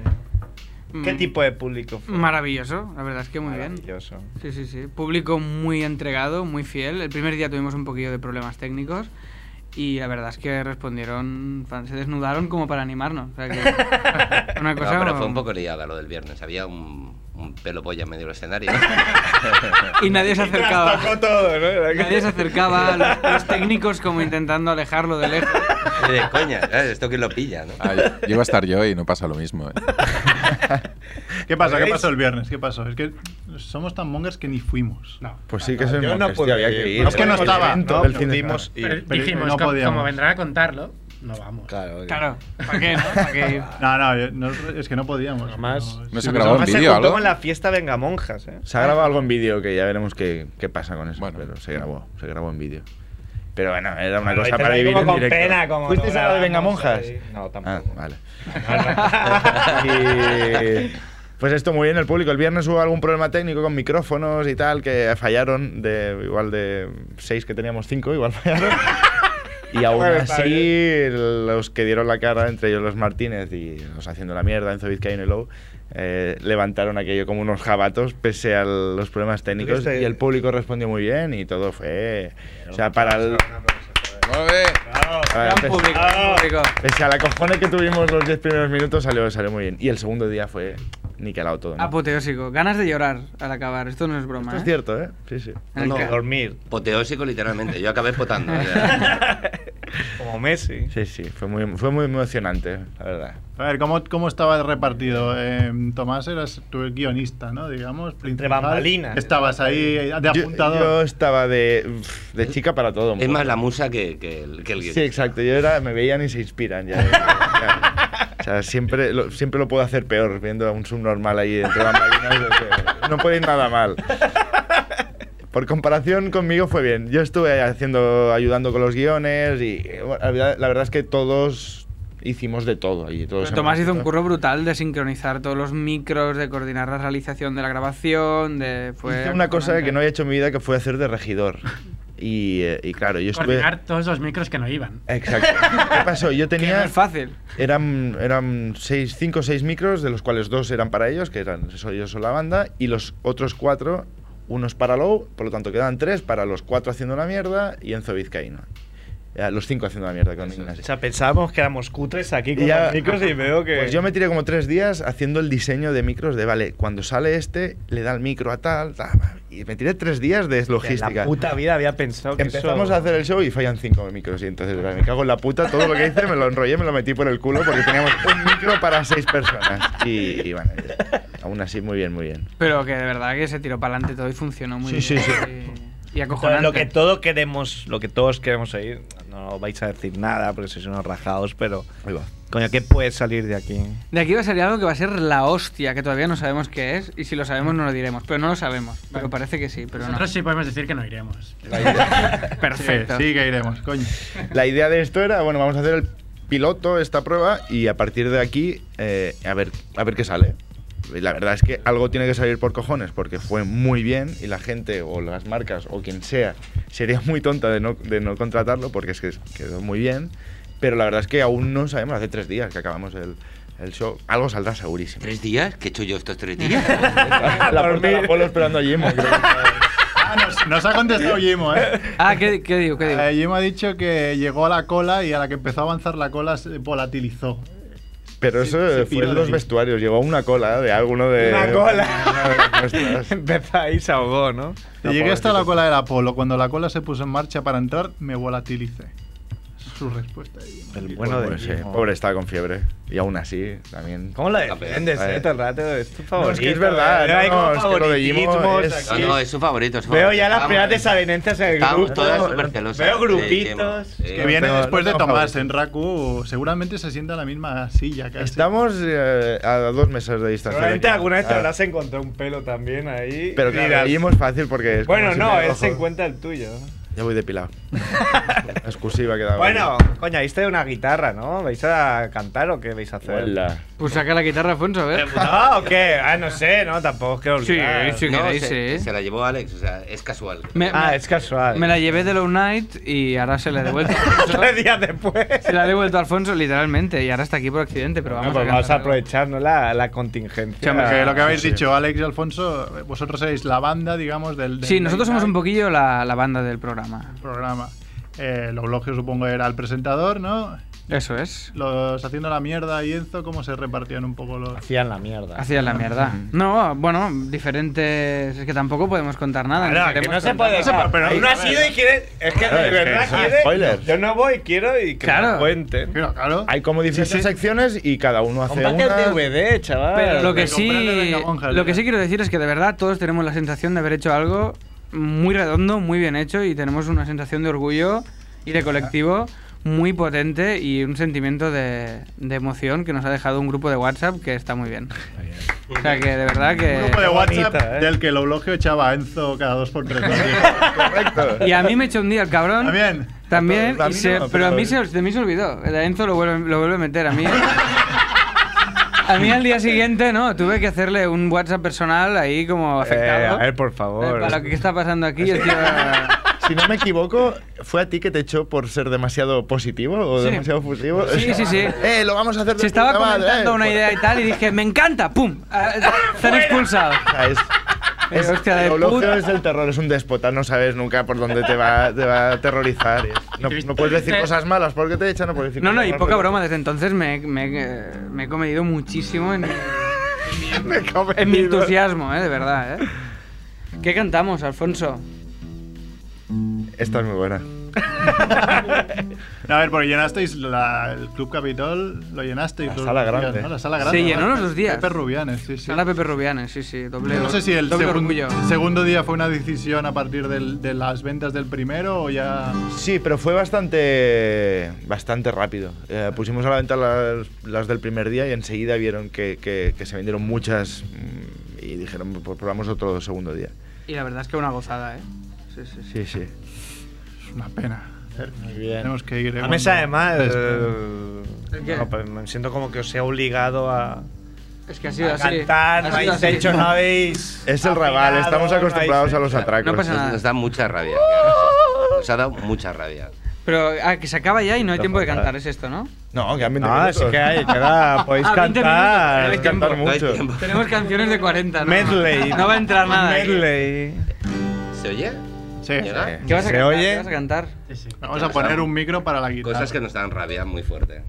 ¿Qué Mm. tipo de público fue? Maravilloso, la verdad es que muy Maravilloso. bien. Sí, sí, sí. Público muy entregado, muy fiel. El primer día tuvimos un poquillo de problemas técnicos y la verdad es que respondieron, fan, se desnudaron como para animarnos. O sea que una No, cosa... pero fue un poco liada lo del viernes. Había un, un pelo polla en medio del escenario. Y nadie se acercaba. Tocó todo, ¿no? Nadie se acercaba, los, los técnicos como intentando alejarlo de lejos. Ni de coña, ¿sabes? Esto que lo pilla, ¿no? Llego a estar yo y no pasa lo mismo. ¿eh? ¿Qué pasa? ¿Qué ¿Veis? pasó el viernes? ¿Qué pasó? Es que somos tan mongers que ni fuimos. No. Pues sí Ah, que soy Yo monger, no hostia, pude había ir. que ir. No, es que no Era el estaba, evento ¿no? del cine. Dimos Pero ir. dijimos, Dijimos, no co- como podíamos. vendrán a contarlo, no vamos. Claro, Claro, ¿para qué? No? ¿Para qué? No, no, yo- no, es que no podíamos. Además, ¿No se ha grabado en Además, vídeo se juntó algo? con la fiesta Venga Monjas, ¿eh? Se ha grabado algo en vídeo que ya veremos qué, qué pasa con eso. pero se grabó, se grabó en vídeo. Pero bueno, era una Pero cosa ahí te para lo vivir digo en con directo. pena, como ¿Fuisteis no a la de Venga grabamos Monjas? ahí. No, tampoco. Ah, vale. Y- pues esto muy bien el público. El viernes hubo algún problema técnico con micrófonos y tal que fallaron de igual de seis que teníamos cinco, igual fallaron. Y aún Bueno, está así, los que dieron la cara, entre ellos los Martínez y los haciendo la mierda, Enzo Vizcaíno y Lowe, eh, levantaron aquello como unos jabatos pese a los problemas técnicos. Tuviste- Y el público respondió muy bien y todo fue. O sea, para el. Para el pes- Pese a la cojones que tuvimos los 10 primeros minutos, salió, salió muy bien. Y el segundo día fue niquelado todo. ¿no? Ah, Apoteósico. Ganas de llorar al acabar. Esto no es broma. Esto es ¿eh? cierto, ¿eh? Sí, sí. En el que- dormir. Poteósico, literalmente. Yo acabé potando. o sea. Como Messi. Sí, sí, fue muy, fue muy emocionante, la verdad. A ver, ¿cómo, cómo estaba repartido? Eh, Tomás, eras tu guionista, ¿no? Digamos, principal. bambalinas. Estabas ahí eh, de Yo- apuntador. Yo, estaba de, de chica para todo. un Es más poco. la musa que, que el, que el guion. Sí, exacto. Yo era, me veían y se inspiran ya. Ya. O sea, siempre lo, siempre lo puedo hacer peor viendo a un subnormal ahí dentro de la marina. No puede ir nada mal. Por comparación conmigo fue bien. Yo estuve haciendo, ayudando con los guiones y eh, bueno, la verdad, la verdad es que todos hicimos de todo allí. Todos Pero Pues Tomás hizo hemos- un curro brutal de sincronizar todos los micros, de coordinar la realización de la grabación, de... Fue Hice una cosa acojonante. que no había hecho en mi vida que fue hacer de regidor. Y, eh, y claro, yo estuve... Coordinar todos los micros que no iban. Exacto. ¿Qué pasó? Yo tenía. es fácil. Eran, eran seis, cinco o seis micros, de los cuales dos eran para ellos, que eran soy yo sola la banda, y los otros cuatro, unos para Low, por lo tanto quedaban tres para los cuatro haciendo una mierda y Enzo Vizcaíno. Ya, Los cinco haciendo una mierda con Ignacio. O sea, pensábamos que éramos cutres aquí con Ya- los micros y veo que. Pues yo me tiré como tres días haciendo el diseño de micros de, vale, cuando sale este, le da el micro a tal, tal, y me tiré tres días de logística. En la puta vida había pensado que Empezamos eso- a hacer el show y fallan cinco micros. Y entonces, me cago en la puta, todo lo que hice me lo enrollé, me lo metí por el culo porque teníamos un micro para seis personas. Y, y bueno, aún así, muy bien, muy bien. Pero que de verdad que se tiró para adelante todo y funcionó muy Sí, bien. sí, Y, y acojonante. Lo que todos queremos, lo que todos queremos oír, no vais a decir nada porque sois unos rajados, pero. Coño, ¿qué puede salir de aquí? De aquí va a salir algo que va a ser la hostia, que todavía no sabemos qué es, y si lo sabemos no lo diremos, pero no lo sabemos. Pero parece que sí, pero no. Nosotros sí podemos decir que no iremos. Perfecto. Sí, sí que iremos, coño. La idea de esto era, bueno, vamos a hacer el piloto, esta prueba, y a partir de aquí, eh, a, ver, a ver qué sale. Y La verdad es que algo tiene que salir por cojones, porque fue muy bien y la gente o las marcas o quien sea sería muy tonta de no, de no contratarlo, porque es que quedó muy bien. Pero la verdad es que aún no sabemos, hace tres días que acabamos el, el show, algo saldrá segurísimo. ¿Tres días? ¿Qué he hecho yo estos tres días? La puerta de Apolo esperando a Jimo, creo. Ah, nos, nos ha contestado Jimo, ¿eh? Ah, ¿qué, digo? ¿Qué digo? Jimo ha dicho que llegó a la cola y a la que empezó a avanzar la cola se volatilizó. Pero eso se fue piró en de los mí. vestuarios, llegó una cola de alguno de... Una cola. Empezó ahí, se ahogó, ¿no? Llegué hasta la cola del Apolo. Cuando la cola se puso en marcha para entrar, me volatilicé. Su respuesta. El bueno de Jimo. pues Pobre estaba con fiebre. Y aún así, también. ¿Cómo la defiendes, Vale. eh, todo el rato? Es tu No, favorito. es que es verdad. eh, hay No, como es que lo de Jimo favoritismos es... aquí. No, no, es su favorito. es su Veo favorito. ya las Vamos, primeras desavenencias en el Estábamos grupo. todas supercelosas Veo de grupitos. Jimo. Que viene tengo- después no de tengo Tomás en Raku. Seguramente se sienta en la misma silla casi. Estamos eh, a dos mesas de distancia. Probablemente de aquí. alguna vez te Ah, habrás encontrado un pelo también ahí. Pero claro, Dirás, Jimo es fácil porque. es Bueno, como si no, me él cojo- se encuentra el tuyo. Ya voy depilado. Exclusiva que daba. Bueno, coño, ahí está una guitarra, ¿no? ¿Vais a cantar o qué vais a hacer? Hola. Pues saca la guitarra, Afonso, a ver. Ah, ¿o qué? Ah, no sé, no, tampoco quiero olvidar. Sí, sí No, queréis, se, eh. se la llevó Alex, o sea, es casual. Me- ah, me- es casual. Me la llevé de Low Night y ahora se la he devuelto. Tres días después. Se la he devuelto a Alfonso, literalmente, y ahora está aquí por accidente, pero vamos Bueno, pues a vamos a cantar. aprovechar ¿no? la, la contingencia. Porque lo que habéis dicho, Alex y Alfonso, vosotros seréis la banda, digamos, del. del Sí, nosotros somos Night un poquillo la, la banda del programa. Night programa. Eh, lo blogio, supongo, era el presentador, ¿no? Eso es. Los haciendo la mierda y Enzo, ¿cómo se repartían un poco los.? Hacían la mierda. Hacían la mierda. No, bueno, diferentes. Es que tampoco podemos contar nada. Ahora, que queremos no se contar puede. nada. Pero, uno ha sido y quiere. Es que Claro, de es que verdad son quiere. spoilers. Yo no voy, quiero y que Claro. me cuenten. Claro. Hay como 16 secciones y cada uno hace Cómprate el una. DVD, chaval. Pero lo que Venga, comprarle sí, Venga Monjas, lo mira. que sí quiero decir es que de verdad todos tenemos la sensación de haber hecho algo muy redondo, muy bien hecho y tenemos una sensación de orgullo y de colectivo muy potente y un sentimiento de, de emoción que nos ha dejado un grupo de WhatsApp que está muy bien. O sea que de verdad que Un grupo de Qué WhatsApp bonito, ¿eh? del que el blogio echaba a Enzo cada dos por tres. y a mí me echó un día el cabrón. También. También, A y mí se- no, pero a pero- mí se, de mí se olvidó. El Enzo lo vuelve, lo vuelve a meter. A mí, a mí al día siguiente, no, tuve que hacerle un WhatsApp personal ahí como Eh, afectado. a ver, por favor. Eh, Para lo que está pasando aquí, el tío. Si no me equivoco, ¿fue a ti que te echó por ser demasiado positivo o Sí. demasiado fusivo? Sí, sí, sí. Eh, lo vamos a hacer de Se estaba puta madre, comentando eh. una idea y tal, y dije, me encanta, ¡pum! Ah, Están expulsados. O sea, es, es- hostia, de el Olofeo puta. es el terror, es un déspota, no sabes nunca por dónde te va, te va a aterrorizar. Es- No, no puedes decir Eh. cosas malas porque te echan, no puedes decir No, no, cosas y malas poca porque- broma, desde entonces me, me, eh, me he comedido muchísimo en, Me cago en en mi Dios. entusiasmo, eh, de verdad. eh. ¿Qué cantamos, Alfonso? Esta es muy buena. A ver, porque llenasteis la- el Club Capitol, lo llenasteis. La los sala dos días, grande. ¿no? La sala Se grande. llenó los dos días. Pepe Rubianes, sí, sí. Sala Pepe Rubianes, Eh, sí, sí, doble No sé si el doble segun- orgullo. segundo día fue una decisión a partir del- de las ventas del primero o ya. Sí, pero fue bastante, bastante rápido. Eh, pusimos a la venta las, las del primer día y enseguida vieron que, que- que se vendieron muchas mm, y dijeron, pues probamos otro segundo día. Y la verdad es que una gozada, ¿eh? Sí, sí, sí. Sí, sí. Es una pena. Muy bien. Tenemos que ir. eh, A mí cuando- sabe mal. Este- eh, ¿Qué? no, pues me siento como que os he obligado a, Es que ha sido a así. cantar. Ha No sido habéis así. hecho, no habéis. Es el rabal, afinado, estamos no habéis acostumbrados a hecho. los atracos. No pasa Nos- nada. Nos da mucha rabia. Nos ha dado mucha rabia. Pero ah, que se acaba ya y no hay Está tiempo de fatal. cantar, es esto, ¿no? No, que han No, minutos. sí que hay, queda, podéis Ah, 20 minutos, cantar. pero hay podéis cantar tiempo. mucho. Tenemos canciones de 40, ¿no? Medley. No va a entrar nada. ¿eh? aquí. Medley. ¿Se oye? Sí. ¿Llega? ¿Qué vas a ¿Se cantar? oye? ¿Qué vas a cantar? Vamos a poner un micro para la guitarra. Cosas que nos dan rabia muy fuerte.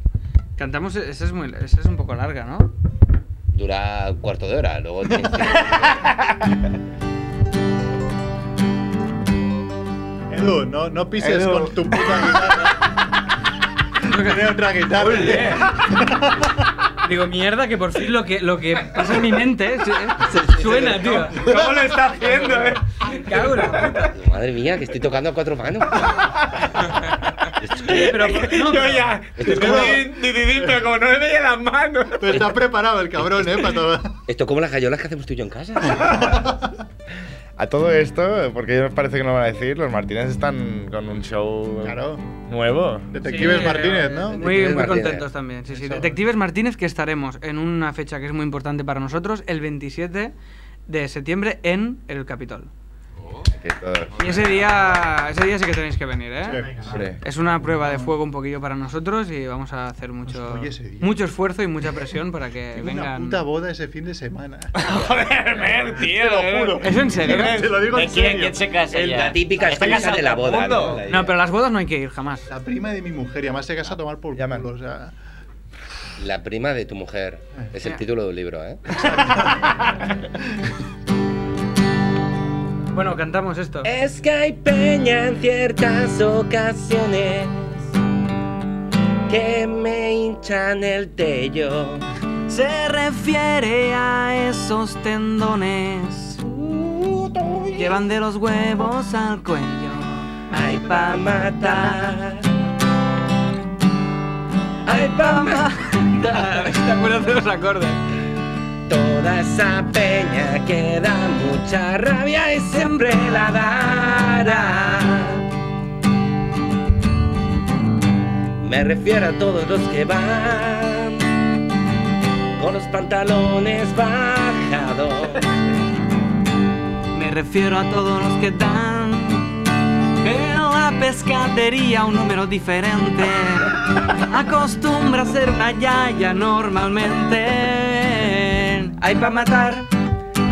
Cantamos, esa es, muy, esa es un poco larga, ¿no? Dura cuarto de hora, luego tienes que- Edu, no, no pises Edu. con tu puta guitarra. Tiene otra guitarra. Digo, mierda, que por fin lo que, lo que pasa en mi mente se- suena, tío. ¿Cómo lo está haciendo, eh? Me cago en la puta. Madre mía, que estoy tocando a cuatro manos. Pero, no, Yo pero- ya. Esto es como- Dididín, dididín, Pero como no me veía las manos. Pero está preparado el cabrón, ¿eh? Para todo. Esto es como las gallolas que hacemos tú y yo en casa. A todo esto, porque ellos parece que no lo van a decir, los Martínez están con un show Claro. nuevo. Detectives Sí, eh, eh, Martínez, Muy, ¿no? muy Martínez. contentos también. Sí, sí. Detectives Martínez, que estaremos en una fecha que es muy importante para nosotros, el 27 de septiembre en el Capitol. Que todos, Y ese día, ese día sí que tenéis que venir, ¿eh? hombre. Es una prueba de fuego un poquillo para nosotros y vamos a hacer mucho, Oye, ese día. mucho esfuerzo y mucha presión para que Tengo una vengan. puta boda ese fin de semana. Joder, Mer, tío. Te lo juro. ¿Es en serio? Te lo digo en serio. casa La típica excusa de la boda. ¿no? La No, pero a las bodas no hay que ir jamás. La prima de mi mujer y además se casa a tomar por culo, o sea... La prima de tu mujer. Es el Ya. título de un libro, ¿eh? Bueno, cantamos esto. Es que hay peña en ciertas ocasiones que me hinchan el tello. Se refiere a esos tendones que van de los huevos al cuello. Hay pa matar. Hay pa matar. ¿Te acuerdas de los acordes? Toda esa peña que da mucha rabia y siempre la dará. Me refiero a todos los que van con los pantalones bajados. Me refiero a todos los que dan en la pescadería un número diferente. Acostumbra a ser una yaya normalmente. Hay para matar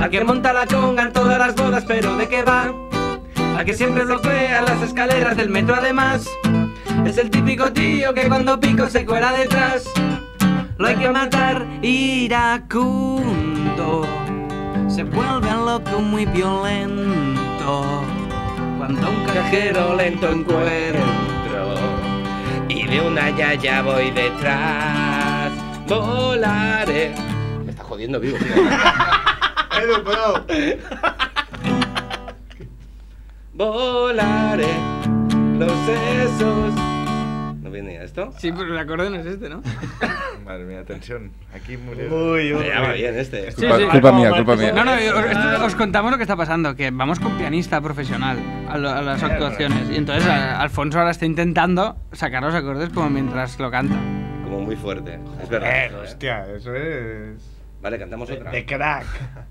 al que monta la conga en todas las bodas, pero ¿de qué va? Al que siempre bloquea las escaleras del metro, además. Es el típico tío que cuando pico se cuela detrás. Lo hay que matar iracundo. Se vuelve loco muy violento. Cuando un Cajero lento encuentro y de una yaya voy detrás. Volaré. Me está jodiendo vivo. Edu, bro. Volaré los sesos. ¿No viene esto? Sí, pero el acorde no es este, ¿no? Madre mía, tensión. Aquí Uy, uy. Ya va bien este. Sí, sí. Ah, pues, No, no, os, os contamos lo que está pasando, que vamos con pianista profesional a, lo- a las actuaciones. Y entonces a- Alfonso ahora está intentando sacar los acordes como mientras lo canta. Como muy fuerte. Es Eh, verdad. hostia, eso es. Vale, cantamos otra. De crack.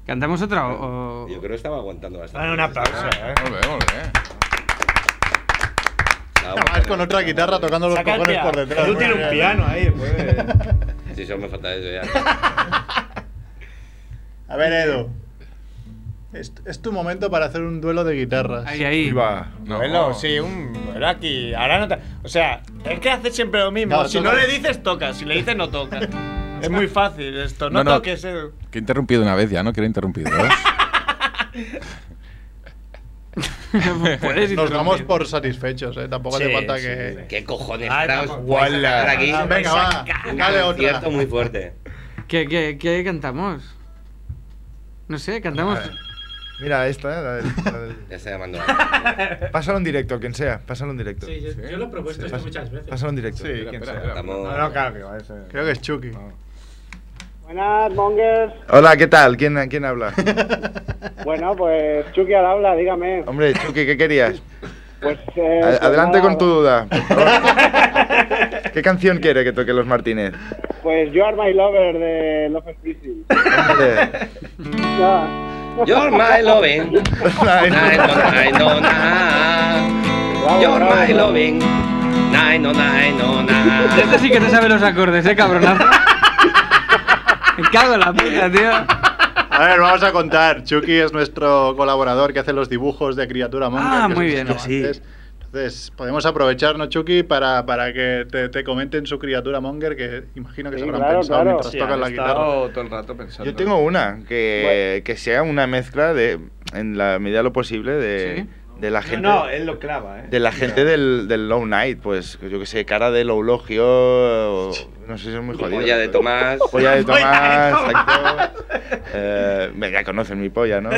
¿Cantamos otra o...? Yo creo que estaba aguantando bastante. Dale un aplauso, eh. Además, con otra guitarra tocando los Saca el cojones por piano. detrás. Edu tiene un piano ahí, pues. Sí, solo me falta eso ya. A ver, Edu. Es, es tu momento para hacer un duelo de guitarras. Ahí, ahí. No. Duelo, sí, un duelo aquí. Ahora no te- O sea, es que hace siempre lo mismo. Claro, si toca. no le dices, toca. Si le dices, no toca. es muy fácil esto. No, No, no. toques, Edu. Que he interrumpido una vez ya, no quiero interrumpir. ¿verdad? Nos damos por satisfechos, ¿eh? Tampoco hace Sí, falta sí, que. ¿Qué cojones? Ay, Traos, tampoco. vais a Guala. sacar aquí. Ah, venga, va. Un Dale otra. concierto muy fuerte. ¿Qué, qué, qué cantamos? No sé, cantamos... Mira, esta, eh, la del. La Ya está llamando. Pásalo en directo, quien sea. Pásalo en directo. Sí, yo- yo lo he propuesto esto pas- muchas veces. Pásalo en directo. Sí, Espera, quien espera, sea. espera. No, No cambio, eso. Creo que es Chucky. Buenas, mongers. Hola, ¿qué tal? ¿Quién, quién habla? Bueno, pues Chucky al habla, dígame. Hombre, Chucky, ¿qué querías? Pues, eh, A- pues Adelante nada, con tu duda. por favor. ¿Qué canción quiere que toque los Martínez? Pues You Are My Lover de Love is Blizzard. Hombre. No. You're my loving. Nine, no, nine, no, nine. You're my loving. Nine, no, nine, no, nine. Este sí que te sabe los acordes, eh, cabronazo. Me cago en la puta, tío. A ver, vamos a contar. Chucky es nuestro colaborador que hace los dibujos de criatura monger. Ah, que os muy he bien, dicho sí. antes. Entonces, podemos aprovecharnos, Chucky, para, para que te, te comenten su criatura monger, que imagino que se habrán pensado mientras tocan la guitarra. todo el rato pensando. Yo tengo una que, que sea una mezcla de, en la medida de lo posible, de, de la gente. No, no, él lo clava, eh. De la gente del, del Low Night, pues yo que sé, cara de Loulogio, o- no sé si es muy jodido. Polla de Tomás. Polla de Polla de Tomás, Tomás. Ah, exacto. Eh, venga, conocen mi polla, ¿no?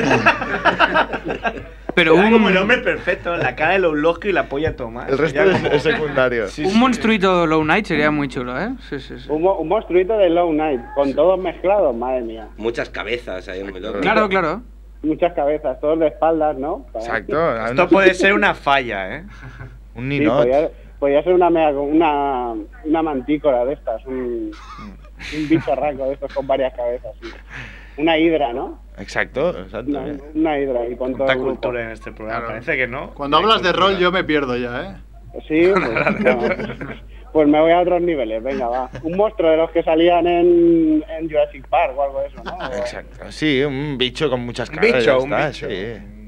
Pero un... como el hombre perfecto, la cara del Oblosky y la polla Tomás. El resto Ya es, como- es secundario. Un monstruito Low Night sería muy chulo, eh. Sí, sí, sí. Un, mo- un monstruito de Long Night, con todos mezclados, madre mía. Muchas cabezas ahí en el otro. Claro, claro. Muchas cabezas, todos de espaldas, ¿no? Exacto. Esto puede ser una falla, ¿eh? Un Sí, podía, podía ser una, mega- una, una mantícora de estas, un, un bicharraco de estos con varias cabezas. sí. Una hidra, ¿no? Exacto, exacto. Una, una hidra y con todo el grupo. en este programa, parece que no. Cuando hablas de rol, yo me pierdo ya, ¿eh? Sí, pues, no. Pues me voy a otros niveles, venga, va. Un monstruo de los que salían en, en Jurassic Park o algo de eso, ¿no? Exacto. Sí, un bicho con muchas Un caras. ya bicho, un está, bicho. sí.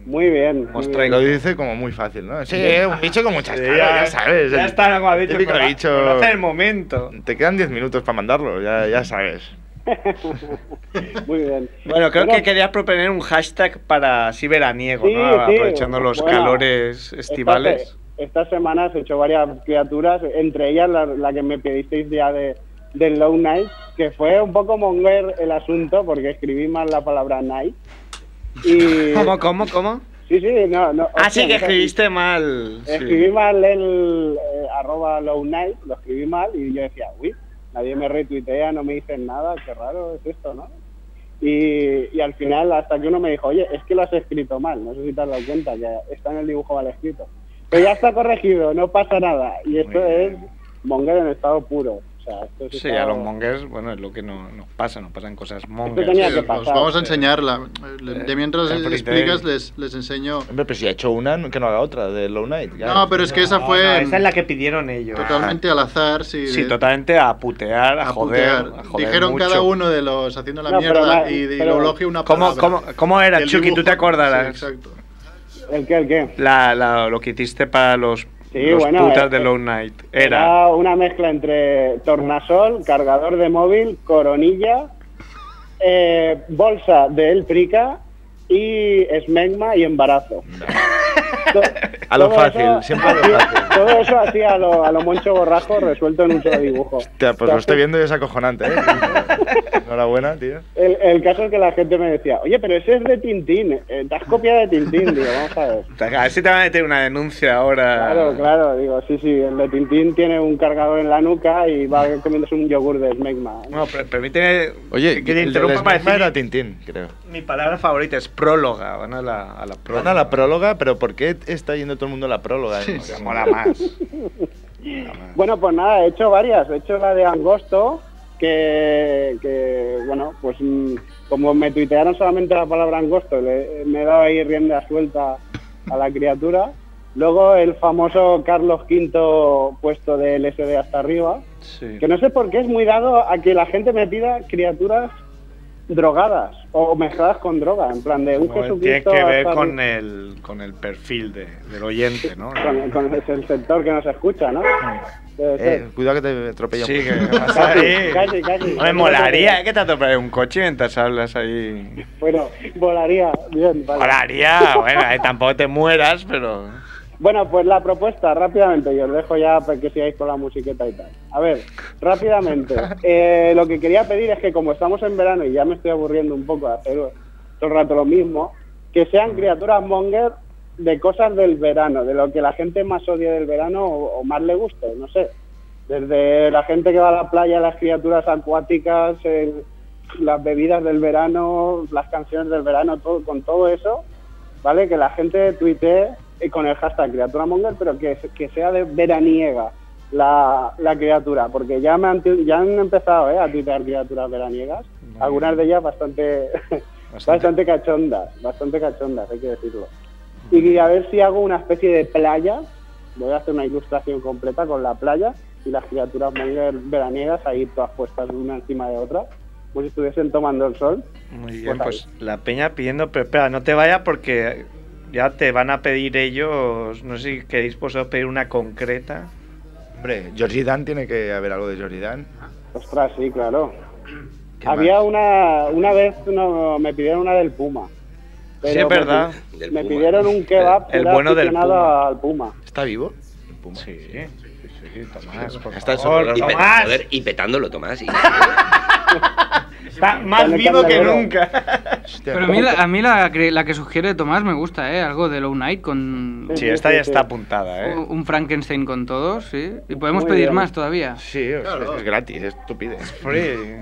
Muy bien. muy bien. Lo dice como muy fácil, ¿no? Sí, un bicho con muchas Sí, caras, ya- ya, sabes. ya el está, como ha dicho, típico cono- bicho. conoce el momento. Te quedan 10 minutos para mandarlo, ya, ya sabes. Muy bien. Bueno, creo Bueno, que querías proponer un hashtag para así veraniego, Sí, ¿no? sí, Aprovechando los bueno, calores estivales. Esta, esta semana he hecho varias criaturas, entre ellas la, la que me pedisteis ya de, del Low Night, que fue un poco monger el asunto, porque escribí mal la palabra night. Y... ¿Cómo, cómo, cómo? Sí, sí, no, no. Ah, Así hostia, Ah, que no sé. escribiste mal. sí. Escribí mal el eh, arroba low night, lo escribí mal y yo decía, uy, nadie me retuitea, no me dicen nada, qué raro es esto, ¿no? Y, y al final, hasta que uno me dijo, oye, es que lo has escrito mal, no sé si te has dado cuenta, que está en el dibujo mal escrito. Pero ya está corregido, no pasa nada. Y esto es monger en estado puro. O sea, esto es Sí, a estado- los mongers, bueno, es lo que no- nos pasa, nos pasan cosas mongers. tenía que Os pasar. pues vamos a enseñar la- Eh, de mientras el Pretend. explicas, les, les enseño. Hombre, pero si ha hecho una, que no haga otra, de Low Night. ya. No, pero es que esa No, fue no, esa es la que pidieron ellos. totalmente al azar. Sí, Sí, de- totalmente a putear, a, a joder, putear. a joder Dijeron mucho. cada uno de los haciendo la No, pero mierda la- y de pero- elogio una ¿Cómo, palabra. cómo, cómo era, Del Chucky? ¿Tú te dibujo. Sí, acordarás? exacto. ¿El qué, el qué? La- la- lo que hiciste para los, Sí, los bueno, putas eh, de eh, Low Night. Era. Era una mezcla entre tornasol, cargador de móvil, coronilla, eh, bolsa de El Prica y esmegma y embarazo. A lo Todo fácil, eso- siempre a lo fácil. Todo eso así a lo, a lo moncho borrajo resuelto en un solo dibujo. Hostia, pues lo estoy viendo y es acojonante, ¿eh? Enhorabuena, tío. El, el caso es que la gente me decía, oye, pero ese es de Tintín, eh, te has copiado de Tintín, digo, vamos a ver. A ver si te van a meter una denuncia ahora. Claro, claro, digo, sí, sí, el de Tintín tiene un cargador en la nuca y va comiéndose un yogur de Smegma. No, per- permíteme Oye, que te el de interrumpa Lesma para decir era Tintín, creo. mi palabra favorita es próloga, van a la, a la próloga. Van a la próloga, pero ¿por qué está yendo todo el mundo a la próloga? Sí, sí. Mola más. Bueno, pues nada, he hecho varias. He hecho la de Angosto, que, que, bueno, pues mm, como me tuitearon solamente la palabra Angosto, le- me he dado ahí rienda suelta a la criatura. Luego el famoso Carlos V puesto de LSD hasta arriba, Sí. que no sé por qué es muy dado a que la gente me pida criaturas drogadas o mezcladas con droga, en plan de un Bueno, tiene Jesucristo que ver hasta con arri- el, con el perfil de, del oyente, ¿no? con, con el sector que nos escucha, ¿no? Debe ser. Eh, cuidado que te atropella un Sí, coche. que pasa Casi, ahí. casi, casi. No me molaría, ¿eh? que te atropelle un coche mientras hablas ahí. Bueno, volaría, bien, vale. Molaría, bueno, eh, tampoco te mueras, pero. Bueno, pues la propuesta, rápidamente, y os dejo ya para que sigáis con la musiqueta y tal. A ver, rápidamente, eh, lo que quería pedir es que como estamos en verano y ya me estoy aburriendo un poco de hacer todo el rato lo mismo, que sean criaturas monger de cosas del verano, de lo que la gente más odia del verano o, o más le guste, no sé. Desde la gente que va a la playa, las criaturas acuáticas, el- las bebidas del verano, las canciones del verano, todo, con todo eso, ¿vale? Que la gente tuitee eh, con el hashtag criatura monger, pero que, que sea de veraniega la, la criatura, porque ya, me han, tu- ya han empezado ¿eh? a tuitear criaturas veraniegas, algunas de ellas bastante, bastante. cachondas, bastante cachondas, hay que decirlo. Y a ver si hago una especie de playa, voy a hacer una ilustración completa con la playa y las criaturas monger veraniegas ahí todas puestas una encima de otra, como si estuviesen tomando el sol. Muy bien, Pues pues la peña pidiendo, pero espera, no te vayas porque ya te van a pedir ellos, no sé si queréis vosotros pedir una concreta. Hombre, Georgie Dan tiene que haber algo de Georgie Dan. Ostras, sí, claro. ¿Qué Había una, una vez no, me pidieron una del Puma. Pero Sí, es me verdad. pi- Del Me Puma. pidieron un kebab El que era bueno del aficionado Puma. al Puma. ¿Está vivo? Sí, sí, sí, Tomás, Ah, por Está favor, y, pe- Tomás. joder, y petándolo, Tomás. y- Está más vivo que nunca. Pero a mí, la, a mí la, que- la que sugiere Tomás me gusta, ¿eh? Algo de Low Night con... Sí, esta ya está apuntada, ¿eh? Un un Frankenstein con todos, sí. Y podemos Muy pedir bien. más todavía. Sí, o sea, es gratis, es tú pides. Free.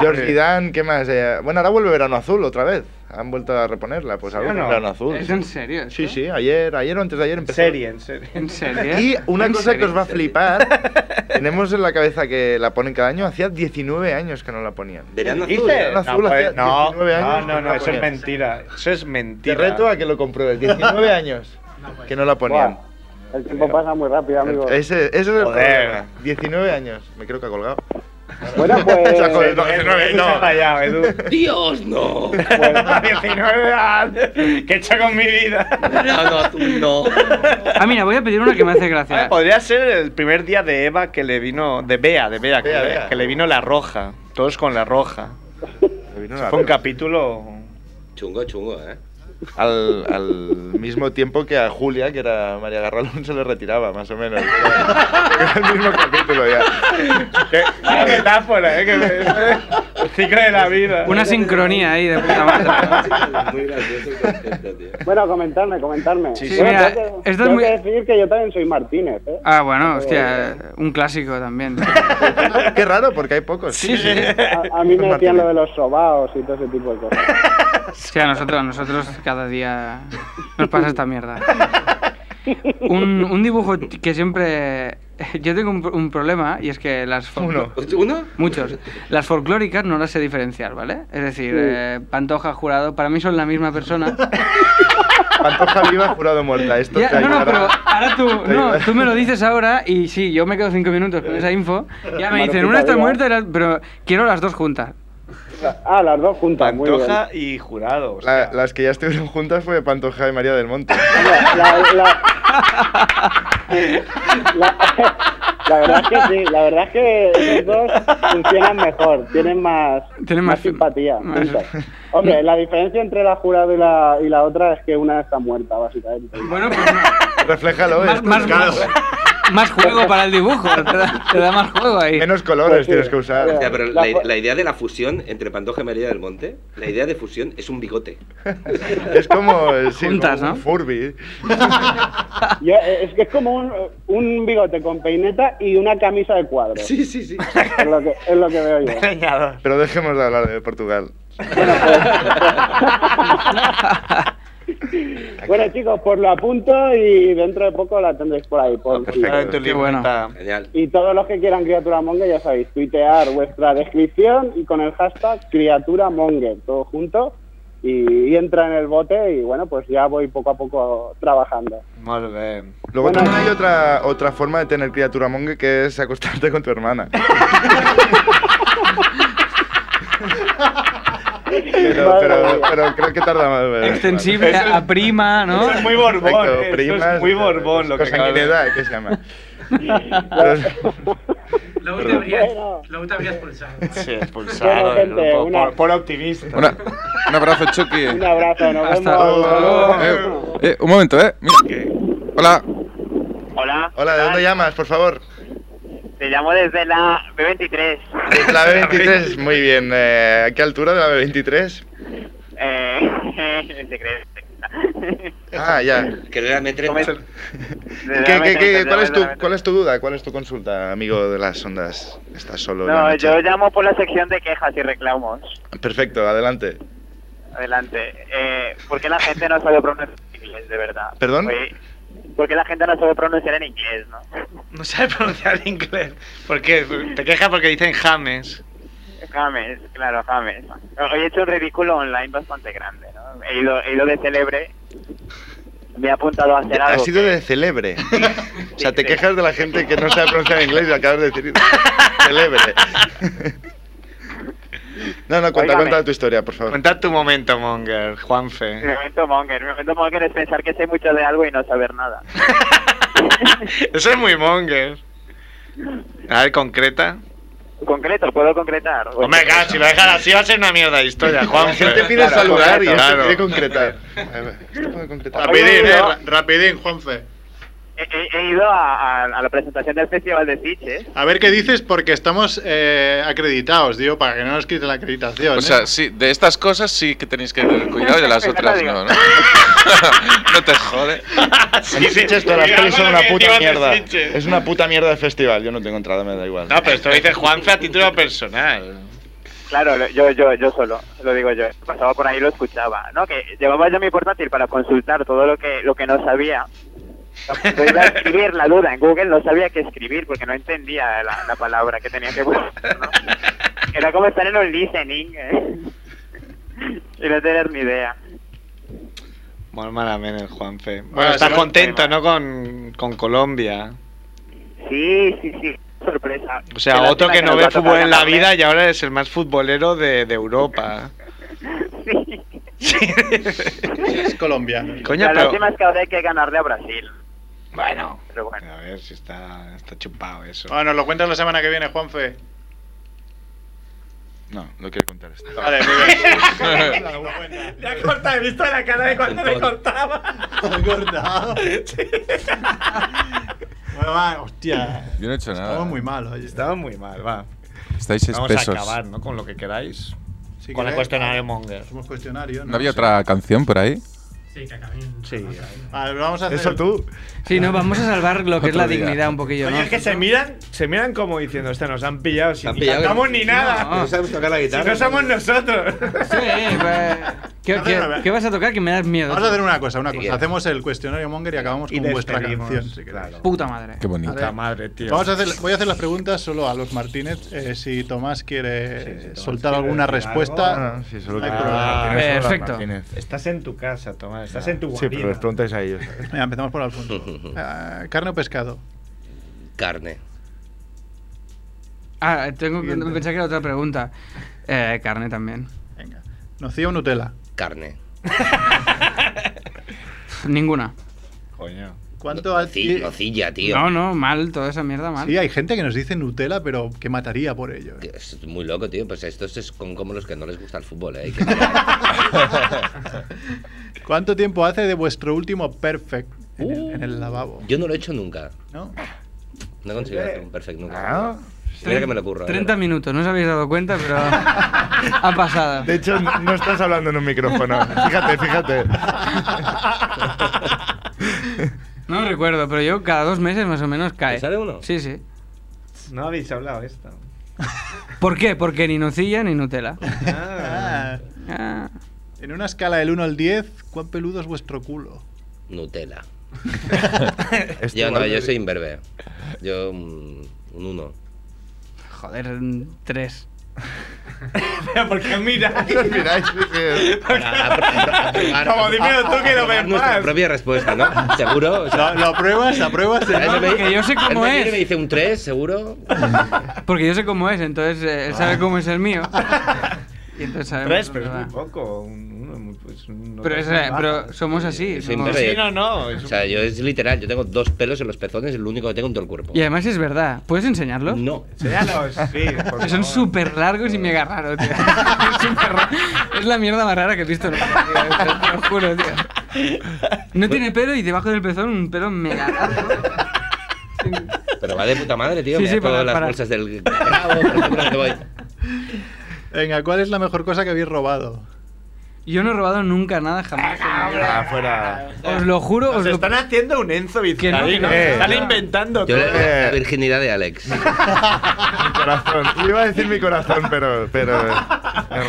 Georgie Dan, ¿qué más? Eh, bueno, ahora vuelve Verano Azul otra vez. Han vuelto a reponerla, pues ahora ¿o Ah, no? Verano Azul. ¿Es en serio esto? Sí, sí, ayer, ayer o antes de ayer empezó. serie, en serie. ¿En serio? Y una ¿En cosa que serio? os va a flipar, tenemos en la cabeza que la ponen cada año, hacía 19 años que no la ponían. Verano ¿Dices? Verano azul azul. no, hacía pues, no, 19 años. no, no, que no, la eso es ponían. mentira. Eso es Te mentira. reto a que lo compruebes, 19 años que no la ponían. El tiempo pasa muy rápido, amigos. Ese, ese es el Joder. problema. 19 años, me creo que ha colgado. Bueno, O sea, pues, joder, no, 19 Se ha no. fallado, Edu. Dios, no. 19 años. ¿Qué he hecho con mi vida? No, no, tú no. Ah, mira, voy a pedir una que me hace Ah, gracia. Podría ser el primer día de Eva que le vino. De Bea, de Bea, que, Bea, le- Bea. que le vino la roja. Todos con la roja. Fue un capítulo. Chungo, chungo, ¿eh? Al, al mismo tiempo que a Julia, que era María Garralón, se le retiraba, más o menos. Era el mismo capítulo ya. Una metáfora, ¿eh? Que me- el ciclo de la vida. Una sincronía ahí de puta madre. Muy gracioso el concepto, tío. Bueno, comentarme, comentarme. Sí, sí. Bueno, Mira, tengo que, esto es tengo muy- que decir que yo también soy Martínez, ¿eh? Ah, bueno, hostia, un clásico también. Qué raro, porque hay pocos. Sí, sí. A, a mí me decían lo de los sobaos y todo ese tipo de cosas. Sí, a nosotros, a nosotros cada día nos pasa esta mierda. Un, un dibujo que siempre yo tengo un, un problema y es que las Uno. ¿Uno? Muchos. Las folclóricas no las sé diferenciar, ¿vale? Es decir, Sí. eh, Pantoja, Jurado, para mí son la misma persona. Pantoja viva, jurado muerta. Esto Ya, te no, no, ayudará. pero ahora tú, Te no, ayudará. tú me lo dices ahora y sí, yo me quedo cinco minutos con esa info. Ya me Maru dicen, una está Picadilla. muerta, y la- pero quiero las dos juntas. Ah, las dos juntas, muy bien. Pantoja y jurado. La- las que ya estuvieron juntas fue Pantoja y María del Monte. La, la- la- la verdad es que sí, la verdad es que esos dos funcionan mejor, tienen más, Tienen más, más- simpatía. más- juntas. Hombre, la diferencia entre la jurado y la, y la otra es que una está muerta, básicamente. Bueno, Refléjalo, Más, más, más juego para el dibujo, te da, te da más juego ahí. Menos colores tienes que usar. O sea, pero la, la idea de la fusión entre Pantoja y María del Monte, la idea de fusión es un bigote. Es como. eh, sí, Juntas, como un ¿no? Furby. Yo- es que es como un, un bigote con peineta y una camisa de cuadro. Sí, sí, sí. Es lo que, es lo que veo yo. Pero dejemos de hablar de Portugal. Bueno, chicos, pues lo apunto y dentro de poco la tendréis por ahí. Por Ah, Perfecto. Twitter. Genial. Y todos los que quieran Criatura Monger, ya sabéis, tuitear vuestra descripción y con el hashtag Criatura Monger, todo junto. Y, y entra en el bote y bueno, pues ya voy poco a poco trabajando. Molt bé. Luego también hay otra, otra forma de tener criatura monge que es acostarte con tu hermana. pero, pero- pero creo que tarda más. ¿verdad? Extensible Eso es- a, a Ah, prima, ¿no? eso es muy borbón, Perfecto, eso es primas, muy borbón lo que acabas de- consanguinidad, ¿qué se llama? Luego te habrías, luego te habrías pulsado. Sí, expulsado del gente, grupo una- por- optimista. un abrazo, Chucky. Un abrazo, nos Hasta vemos. luego. Eh, eh, un momento, ¿eh? Mira. Hola. Hola. Hola, ¿de dónde llamas, por favor? Te llamo desde la B23. Desde la B23, muy bien. eh, ¿A qué altura de la B23? Eh, te crees. Ah, ya. Que le da metre- ¿Qué- qué- qué- cuál, es tu, cuál es tu duda? ¿Cuál es tu consulta, amigo de las ondas? Estás solo. en la No, noche. yo llamo por la sección de quejas y reclamos. Perfecto, adelante. Adelante. Eh, ¿Por qué la gente no sabe pronunciar en inglés, de verdad? ¿Perdón? Oye, ¿Por qué la gente no sabe pronunciar en inglés, no? No sabe pronunciar inglés. ¿Por qué? Te quejas porque dicen James. James, claro, James. Hoy he hecho un ridículo online bastante grande, ¿no? He ido, he ido de celebre. Me he apuntado a hacer Ha algo. sido de celebre. O sea, te quejas de la gente que no sabe pronunciar inglés y acabas de decir celebre. No, no, cuenta, Óigame. cuenta tu historia, por favor. Cuenta tu momento, Monger, Mi Juanfe. momento monger. Mi momento monger es pensar que sé mucho de algo y no saber nada. Eso es muy Monger. A ver, concreta. Concreto, puedo concretar. Hombre, pues claro, si lo dejas así va a ser una mierda de historia, Juan. La gente pide saludar ¿eh? y esto quiere concretar. Rapidín, eh, ra- rapidín, Juanfe. He, he- he ido a, a- a la presentación del Festival de Sitges. A ver qué dices porque estamos eh, acreditados, digo, para que no nos quiten la acreditación. O ¿eh? sea, sí, de estas cosas sí que tenéis que tener cuidado y de las Ya te otras digo. no, ¿no? no te jode. En Sitges todas las pelis son una puta festival de mierda. Sitges. Es una puta mierda de festival. Yo no tengo entrada, me da igual. No, pero esto lo dice Juanfe a título personal. Claro, lo- yo, yo, yo solo, lo digo yo. Pasaba por ahí y lo escuchaba, ¿no? Que llevaba yo mi portátil para consultar todo lo que, lo que no sabía. Yo iba a escribir la duda en Google, no sabía qué escribir porque no entendía la, la palabra que tenía que buscar, ¿no? Era como estar en un listening ¿eh? y no tener ni idea. Muy malamente el Juanfe. Bueno, Bueno, estás sí, contento, ¿no? Con, con Colombia. Sí, sí, sí, sorpresa. O sea, Qué otro lástima que no nos va ve a tocar fútbol en la ganarle. vida y ahora es el más futbolero de, de Europa. Es colombiano. Coño, la pero- lástima es que ahora hay que ganarle a Brasil. Bueno. Pero bueno. A ver si está, está chupado eso. Bueno, nos lo cuentas la semana que viene, Juanfe. No, no quiero contar esto. Vale, muy bien. Le ha cortado, he visto la cara de cuando le cortaba. ¿Ha cortado? Bueno, va, hostia. Yo no he hecho nada. Estamos muy mal, oye. Estamos muy mal, va. Estáis Vamos espesos. a acabar, ¿no? Con lo que queráis. Sí, con el queréis. cuestionario Monger. Somos cuestionarios. ¿No había otra canción por ahí? Sí, que acaben. Sí. Vale, pero vamos a hacer. Eso tú. Sí, no, vamos a salvar lo que es la dignidad un poquillo. Oye, ¿no? es que se miran, se miran como diciendo, hostia, nos han pillado si han ni pillado, cantamos que- ni nada. No. No sabemos tocar la guitarra. Si no somos nosotros. Sí, pues, ¿qué, qué- qué vas a tocar que me das miedo? Vamos a hacer una cosa, una Sí, cosa. Hacemos el cuestionario Monger y acabamos Y con vuestra despedimos, canción. si queréis. Puta madre. Qué bonito. Vale. Vamos a hacer, voy a hacer las preguntas solo a los Martínez. Eh, si Tomás quiere soltar alguna decir respuesta. algo. Ah, sí, solo no hay que- problema. Ah, Martínez, solo perfecto. Martínez. Estás en tu casa, Tomás. Estás en tu Sí, pero les guarida. preguntáis a ellos. Venga, empezamos por Alfonso. Ah, ¿Carne o pescado? Carne. Ah, tengo que Siguiente. pensar que era otra pregunta. Eh, carne también. Venga. ¿Nocilla o Nutella? Carne. Ninguna. Coño. ¿Cuánto ha- Nocilla, nocilla, tío. No, no, mal, toda esa mierda mal. Sí, hay gente que nos dice Nutella, pero que mataría por ello. ¿eh? Que Es muy loco, tío. Pues estos es con- como los que no les gusta el fútbol, ¿eh? Que- ¿Cuánto tiempo hace de vuestro último perfect en, el, en el lavabo? Uh, Yo no lo he hecho nunca. ¿No? No he conseguido hacer un perfect nunca. Mira Tre- que me lo ocurra. 30 minutos, no os habéis dado cuenta, pero ha pasado. De hecho, no estás hablando en un micrófono. Fíjate, fíjate. No lo recuerdo, pero yo cada dos meses más o menos cae. sale uno? Sí, sí. No habéis hablado esto. ¿Por qué? Porque ni nocilla ni Nutella. Ah, Ah. En una escala del 1 al 10, ¿cuán peludo es vuestro culo? Nutella. Este yo no, Valverde. yo soy imberbe. Yo mm, un uno. Joder, un tres. Porque mira. miráis, Como dímelo tú que lo ves Nuestra más. propia respuesta, ¿no? ¿Seguro? O sea, ¿Lo, lo apruebas? ¿Lo apruebas? Él me- Porque yo sé cómo él me viene es. y me dice un 3, seguro. Porque yo sé cómo es, entonces eh, él Ah. sabe cómo es el mío. Y entonces sabemos Tres, pero es dónde muy va. poco. un- uno es muy- pues, un- Pero, es, eh, pero somos así. Yo soy somos- imberbe. es O sea, yo es literal. Yo tengo dos pelos en los pezones, es lo único que tengo en todo el cuerpo. Y además es verdad. ¿Puedes enseñarlo? No. Enséñalos, sí, por Son súper largos y mega raros, tío. Es, súper raro. Es la mierda más rara que he visto nunca, tío. Te- te lo juro, tío. No tiene pelo y debajo del pezón un pelo mega raro. Pero va de puta madre, tío. Sí, me da sí, para- todas las para. bolsas del Bravo, por ejemplo, donde voy. Venga, ¿cuál es la mejor cosa que habéis robado? Yo no he robado nunca nada jamás. en mi vida. fuera. Os lo juro, os Nos lo- están haciendo un Enzo no, Vizcarra. que no, que no. Están inventando Yo todo. le doy Eh. la virginidad de Alex. corazón. Iba a decir mi corazón, pero, pero eh,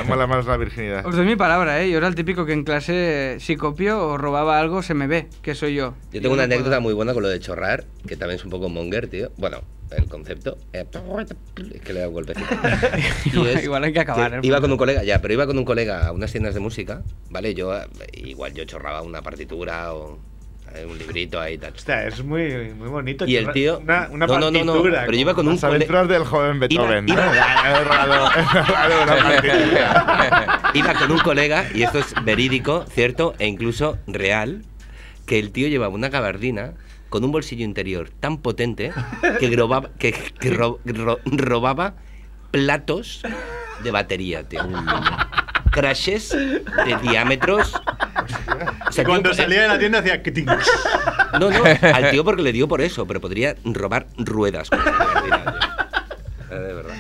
mola más la virginidad. Os doy mi palabra, ¿eh? Yo era el típico que en clase, eh, si copio o robaba algo, se me ve, que soy yo. Yo tengo una anécdota muy buena con lo de chorrar, que también es un poco monger, tío. Bueno, el concepto. eh, es que le he dado un golpecito. Y Igual, es- igual hay que acabar. ¿eh? Iba con un colega, ya, pero iba con un colega a unas tiendas de música, ¿vale? Yo, eh, igual yo chorraba una partitura o eh, un librito ahí y tal. Hostia, es muy, muy bonito. Y el chorra- tío. Una, una no, no, no, no, partitura. Pero yo iba con un Las aventuras del joven Beethoven. Iba- iba- He robado- he robado una partitura. Iba con un colega, y esto es verídico, cierto e incluso real, que el tío llevaba una gabardina con un bolsillo interior tan potente que, grobaba, que, que ro- ro- robaba platos de batería, tío. Crashes de diámetros. O sea, tío, Cuando eh, salía de la tienda hacía... kiting. No, no, al tío porque le dio por eso, pero podría robar ruedas con esa gabardina, tío. Eh, De verdad.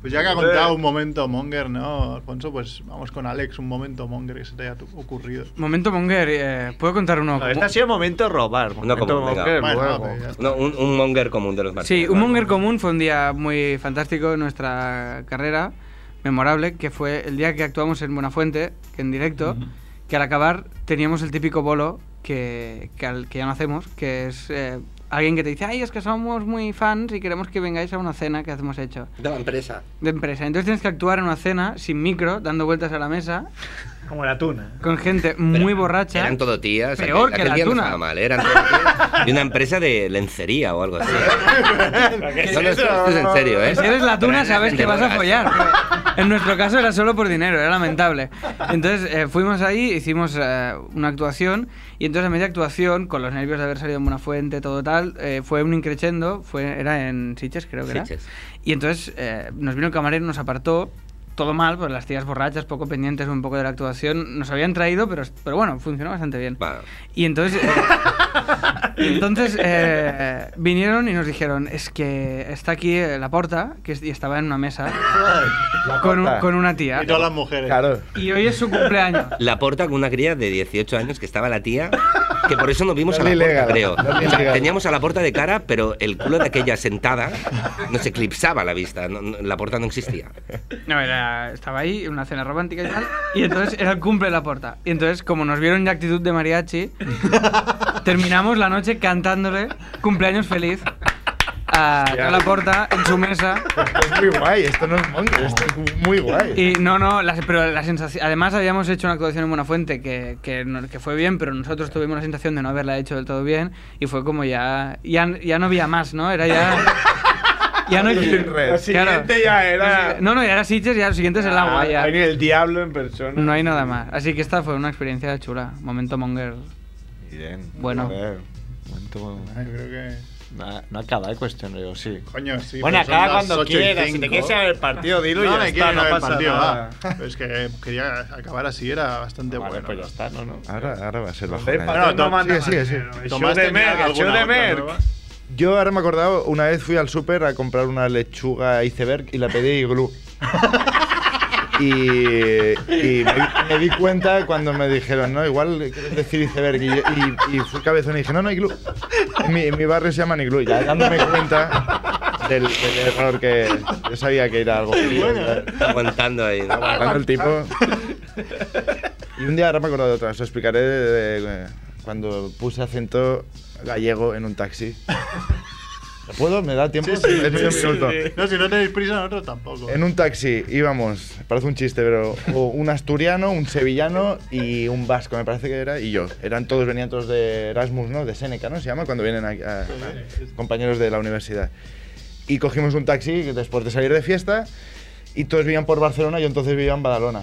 Pues ya que ha contado un momento monger, ¿no, Alfonso? Pues vamos con Alex, un momento monger que se te haya tu- ocurrido. Momento Monger, eh, ¿puedo contar uno? No, este ha sido momento robar. No, como, momento venga. monger, Bueno, luego. pero ya está. No, un, un monger común de los Sí, martínez, un vale. Monger común fue un día muy fantástico en nuestra carrera, memorable, que fue el día que actuamos en Buenafuente, que en directo, que al acabar teníamos el típico bolo que, que, al- que ya no hacemos, que es eh, alguien que te dice, ay, es que somos muy fans y queremos que vengáis a una cena que hacemos hecho De la empresa. de empresa. Entonces tienes que actuar en una cena sin micro, dando vueltas a la mesa, Como la tuna. con gente muy borracha. Eran todo tías. Peor aquel- que la aquel día no tuna. estaba mal, ¿eh? eran todo tías de una empresa de lencería o algo así. No, no, esto, esto es en serio, ¿eh? Si eres la Pero tuna, era sabes gente que vas a borracha. follar. En nuestro caso era solo por dinero, era lamentable. Entonces eh, fuimos ahí, hicimos eh, una actuación y entonces a media actuación, con los nervios de haber salido en Buenafuente, todo tal, eh, fue un increchendo, fue, era en Sitges creo que era. Sitges. Y entonces eh, nos vino el camarero, nos apartó todo mal, pues las tías borrachas, poco pendientes un poco de la actuación, nos habían traído, pero, pero bueno, funcionó bastante bien. Y entonces, eh, y entonces eh, vinieron y nos dijeron, es que está aquí eh, la porta, que es- y estaba en una mesa con, un- Porta. con una tía. Y todas las mujeres. Y hoy es su cumpleaños. La porta con una cría de 18 años que estaba la tía. Que por eso nos vimos Dale a la porta, legal, creo. dale O sea, legal. teníamos a la puerta de cara, pero el culo de aquella sentada nos eclipsaba la vista. no- no- la puerta no existía. No, era, estaba ahí, una cena romántica y tal. Y entonces era el cumple de la porta. Y entonces, como nos vieron ya actitud de mariachi, terminamos la noche cantándole cumpleaños feliz a Hostia. la porta en su mesa. Es muy guay, esto no es monger, esto es muy guay. Y no, no, la- pero la sensación. Además, habíamos hecho una actuación en Buenafuente que, que, no- que fue bien, pero nosotros tuvimos la sensación de no haberla hecho del todo bien. Y fue como ya. Ya, ya no había más, ¿no? Era ya. Ya no Lo siguiente ya era- No, no, ya era Sitges, ya lo siguiente es el agua. Ya. Ha venido el diablo en persona. No hay nada más. Así que esta fue una experiencia chula. Momento monger. Bien. Bueno. Joder, momento bueno. Yo creo que. No ha- No acaba el cuestionario, sí. Coño, sí. Bueno, pero son acaba las cuando ocho y quieras, si te cinco. quieres ir a ver el partido, dilo y no ya me está, quiero ir a no ver el pasa partido, nada. va. Pero es que quería acabar así, era bastante bueno. Pues ya está, no, no. Ahora, ahora va a ser bajo. Paco, no manda sigue, sigue, más, pero el sigue. show de Merck, el show de Merck. Yo ahora me he acordado, una vez fui al súper a comprar una lechuga iceberg y la pedí iglú. Y, y me, me di cuenta cuando me dijeron, no, igual quieres decir iceberg. Y, y, y fui cabezón y dije, no, no, iglú. En mi, en mi barrio se llaman iglú. Ya dándome cuenta del, del error que yo sabía que era algo. frío, ya. Aguantando ahí. ¿no? Aguantando el tipo. Y un día ahora me he acordado de otra, os lo explicaré de- de- de- cuando puse acento gallego en un taxi. ¿Puedo? ¿Me da tiempo? Sí, sí, Es medio sí, sí. minuto. No, si no tenéis prisa, nosotros tampoco. En un taxi íbamos, parece un chiste, pero o un asturiano, un sevillano y un vasco, me parece que era, y yo. Eran todos, venían todos de Erasmus, ¿no? De Seneca, ¿no? Se llama cuando vienen aquí a- a- compañeros de la universidad. Y cogimos un taxi después de salir de fiesta y todos vivían por Barcelona, yo entonces vivía en Badalona.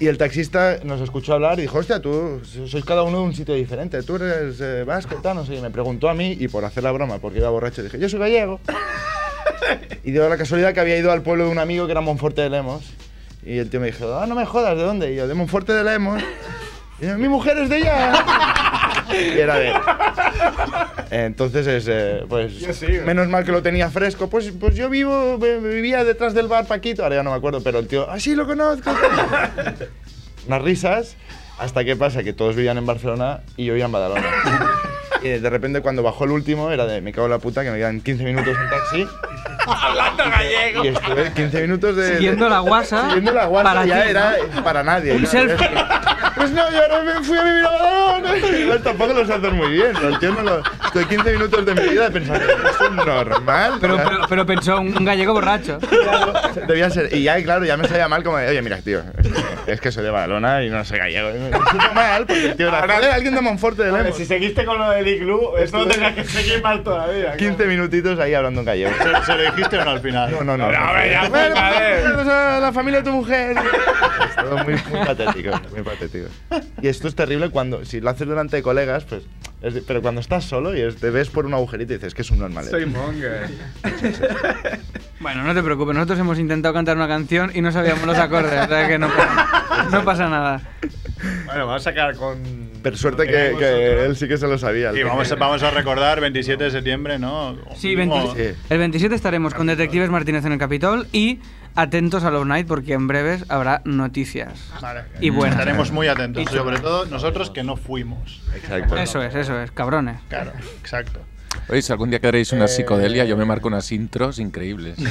Y el taxista nos escuchó hablar y dijo, hostia, tú sois cada uno de un sitio diferente, tú eres eh, vasco, tal, no sé, y me preguntó a mí y por hacer la broma, porque iba borracho, dije, yo soy gallego. Y dio la casualidad que había ido al pueblo de un amigo que era Monforte de Lemos. Y el tío me dijo, ah, no me jodas, ¿de dónde? Y yo, de Monforte de Lemos. Y yo, mi mujer es de allá. y era de... Entonces es, eh, pues, Yo sigo. menos mal que lo tenía fresco. Pues, pues yo vivo, vi- vivía detrás del bar Paquito, ahora ya no me acuerdo, pero el tío, así lo conozco. Unas risas, hasta que pasa que todos vivían en Barcelona y yo vivía en Badalona. Y de repente cuando bajó el último era de, me cago en la puta, que me quedan 15 minutos en taxi. Hablando gallego. Y estuve 15 minutos de. Siguiendo la guasa. Siguiendo la guasa Para ya ti, era ¿no? para nadie. Un ya, selfie. ¿ves? Pues no, yo ahora me fui a vivir a Badalona. Igual tampoco lo sabes muy bien. ¿no? El tío no lo. Estoy 15 minutos de mi vida pensando, es un normal. Pero, pero, pero pensó un, un gallego borracho. Debía ser. Y ya, claro, ya me sabía mal como de, oye, mira, tío, es que, es que soy de Badalona y no soy gallego. Y me supo mal porque el tío era, "Joder, alguien de Monforte de Lemos. Si seguiste con lo del iglú, esto Estuve- tenía que seguir mal todavía. 15 minutitos ahí hablando en gallego. ¿Se, se lo dijiste o no al final? No, no, no. Pero, a ver, ya, Bueno, a ver. saludos a la familia de tu mujer. Es todo muy, muy patético, muy patético. Y esto es terrible cuando, si lo haces delante de colegas, pues... es de- pero cuando estás solo y es- te ves por un agujerito y dices que es un normal. eh". monger. Bueno, no te preocupes, nosotros hemos intentado cantar una canción y no sabíamos los acordes, o sea que no, pa- no pasa nada. Bueno, vamos a acabar con. Pero suerte que, que él sí que se lo sabía. Y vamos, a- vamos a recordar 27 de septiembre, ¿no? Sí, O- 20 el 27 estaremos con Detectives Martínez en el Capitol y atentos a Love Night porque en breves habrá noticias. Vale. Y bueno. Estaremos muy atentos, Y- sobre todo nosotros que no fuimos. Exacto. eh. Eso es, eso es, cabrones. Claro, exacto. pues. Oye, si algún día queréis Eh. una psicodelia, yo me marco unas intros increíbles. ¿eh?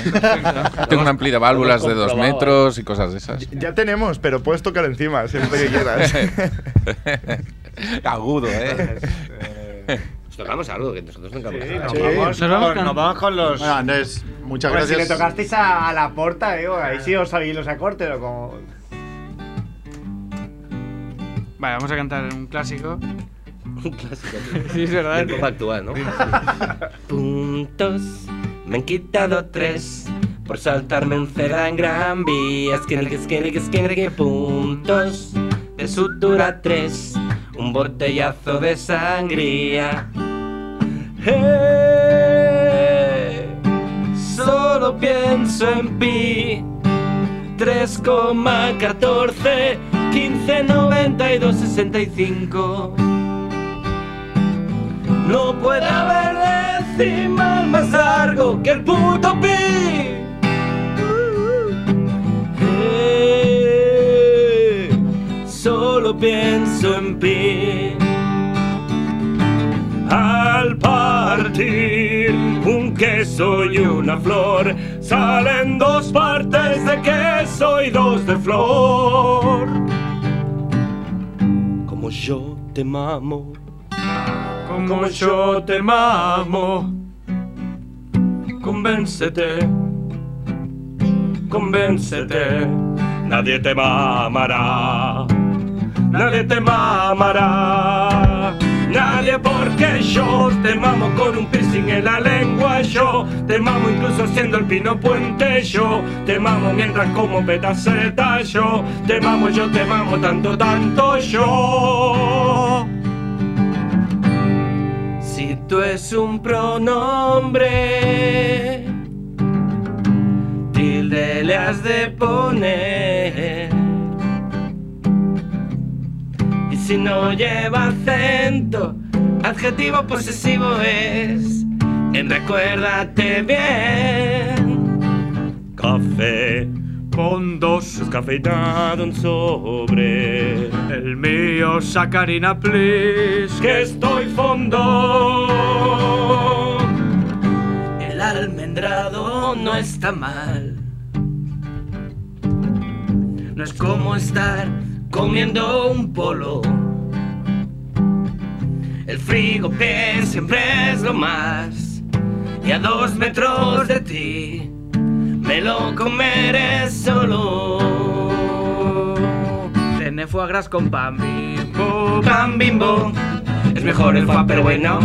Tengo una amplia de válvulas de dos comprobado, metros y cosas de esas. Ya tenemos, pero puedes tocar encima siempre que quieras. Agudo, ¿eh? Nos tocamos algo que nosotros nunca hemos nos hecho. vamos Nos vamos con- con- nos vamos con los- Bueno, Andrés, muchas Pues gracias. Si le tocasteis a, a la porta, digo, ahí sí os sabéis los acortes o como. Vale, vamos a cantar un clásico. Un clásico. Sí, es verdad. Del pop actual, ¿no? Puntos. Me han quitado tres por saltarme un ceda en Gran Vía. Skirrique, skirrique, skirrique. Puntos. De sutura tres. Un botellazo de sangría. ¡Eh! Solo pienso en pi. 3,14 15, 92, 65 No puede haber decimal más largo que el puto pi Eh, Solo pienso en pi al partir un queso y una flor salen dos partes de queso y dos de flor. Como yo te mamo, como yo te mamo, convéncete, convéncete, nadie te mamará, nadie te mamará. Nadie porque yo te mamo con un piercing en la lengua Yo te mamo incluso siendo el pino puente Yo te mamo mientras como petaceta Yo te mamo, yo te mamo tanto, tanto yo Si tú es un pronombre Tilde le has de poner y si no lleva acento, adjetivo posesivo es. En recuérdate bien. Café con dos descafeinado en sobre. El mío sacarina, please, que estoy fondo. El almendrado no está mal. No es como estar comiendo un polo. El frigo pie siempre es lo más. Y a dos metros de ti me lo comeré solo. Tener foie gras con pan bimbo, pan bimbo. Es mejor el fa, pero bueno.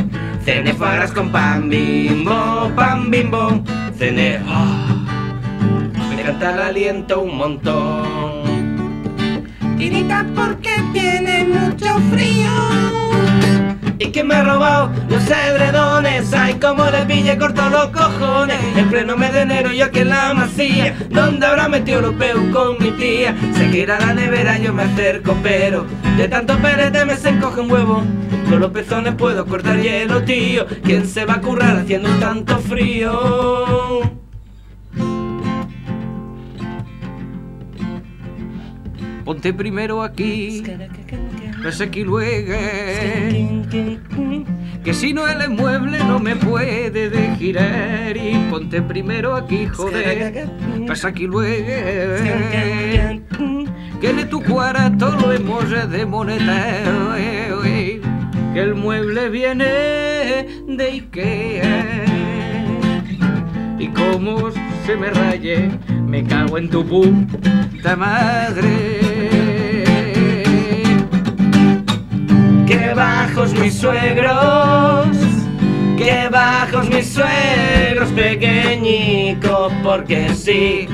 Cené foie gras con pan bimbo, pan bimbo. Cené. ah, me encanta el aliento un montón. Tirita porque tiene mucho frío. Y que me ha robado los edredones, ay como le pille corto los cojones. En pleno mes de enero yo aquí en la masía, donde habrá metido los peus con mi tía. Se gira la nevera, yo me acerco, pero de tanto perete me se encoge un huevo. Con los pezones puedo cortar hielo, tío. ¿Quién se va a currar haciendo tanto frío? Ponte primero aquí, no sé que luego. Que si no el mueble no me puede de girar y ponte primero aquí, joder. Pasa aquí luego. Que de tu cuarto lo hemos de monetar. eh, eh, Que el mueble viene de Ikea. Y como se me raye, me cago en tu puta madre. Qué bajos mis suegros, qué bajos mis suegros pequeñicos, porque sí,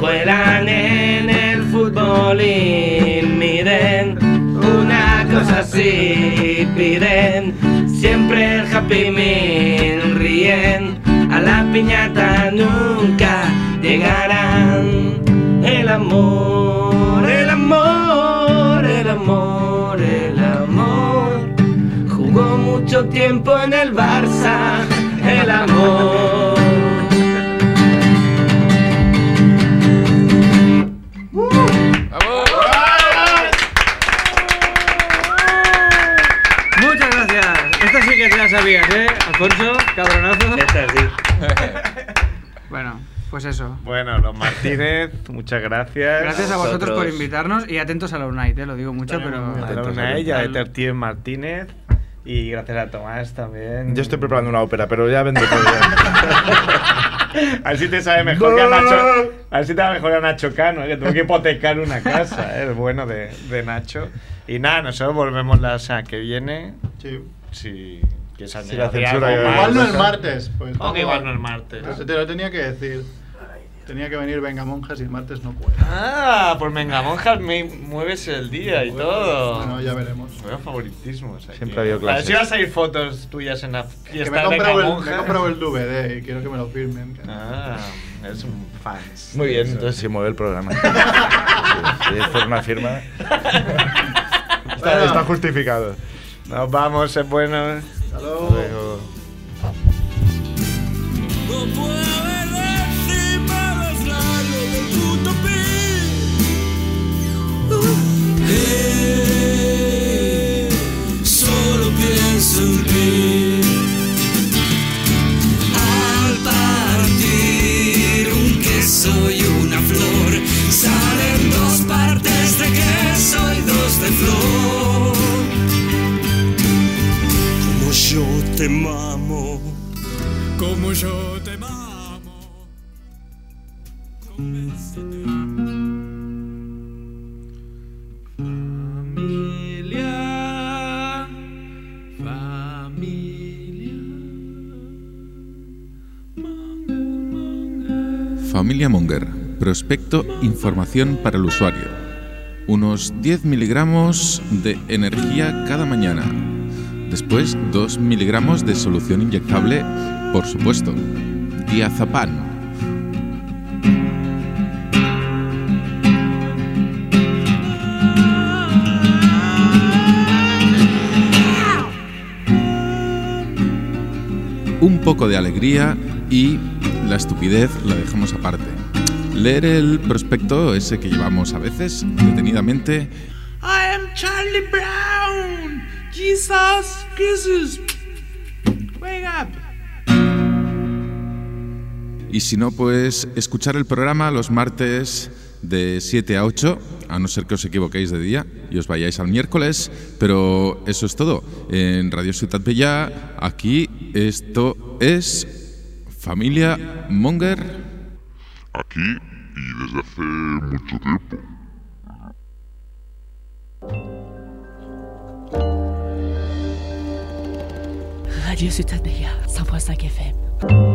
cuelan en el fútbol y miden una cosa así, piden siempre el Happy Meal, ríen a la piñata nunca llegarán. El amor, el amor, el amor, el amor. Jugó mucho tiempo en el Barça, el amor. Muchas gracias. Esta sí que te la sabías, ¿eh? Alfonso, cabronazo. Esta sí. Bueno, pues eso. Bueno, los Martínez, muchas gracias. Gracias a vosotros por invitarnos y atentos a la Unite, eh, lo digo mucho, pero. A Lorna Ella, a Tertien Martínez y gracias a Tomás también. Yo estoy preparando una ópera, pero ya vendré por ella. Así te sabe mejor que a Nacho. Así te va mejor a Nacho Cano, eh, que tuvo que hipotecar una casa, eh, el bueno de, de Nacho. Y nada, nosotros volvemos la semana que viene. Sí. Si quieres Si la añadir censura algo que- más. Igual no el martes. Pues, Ok, igual no el martes. Te lo tenía que decir. Tenía que venir Venga Monjas y el martes no puedo. Ah, pues por Mengamonjas me mueves el día y Bueno, todo. bueno, ya veremos. Veo favoritismos. aquí. ¿eh? Siempre ha habido A ver si clases. vas a ir fotos tuyas en la Que fiesta me, he de comprado el, me he Mengamonjas. comprado el DVD y quiero que me lo firmen. Ah, es un fan. Muy bien, entonces se mueve el programa. Sí, es por una firma. Está, está justificado. Nos vamos, es bueno. Hasta luego. No puedo encima más largo del puto pin. Eh, solo pienso en ti. Al partir un queso y una flor, salen dos partes de queso y dos de flor. Como yo te mamo. Como yo te mamo. Familia, familia. Familia Monger. Prospecto información para el usuario. Unos 10 miligramos de energía cada mañana. Después 2 miligramos de solución inyectable, por supuesto. Diazapán. Un poco de alegría y la estupidez la dejamos aparte. Leer el prospecto ese que llevamos a veces detenidamente I am Charlie Brown. Jesus kisses. Wake up. Y si no, pues escuchar el programa los martes de 7 a 8, a no ser que os equivoquéis de día y os vayáis al miércoles. Pero eso es todo. En Radio Ciudad Bella, aquí esto es Familia Monger. Aquí y desde hace mucho tiempo. Radio Ciutat Bella, 100.5 FM.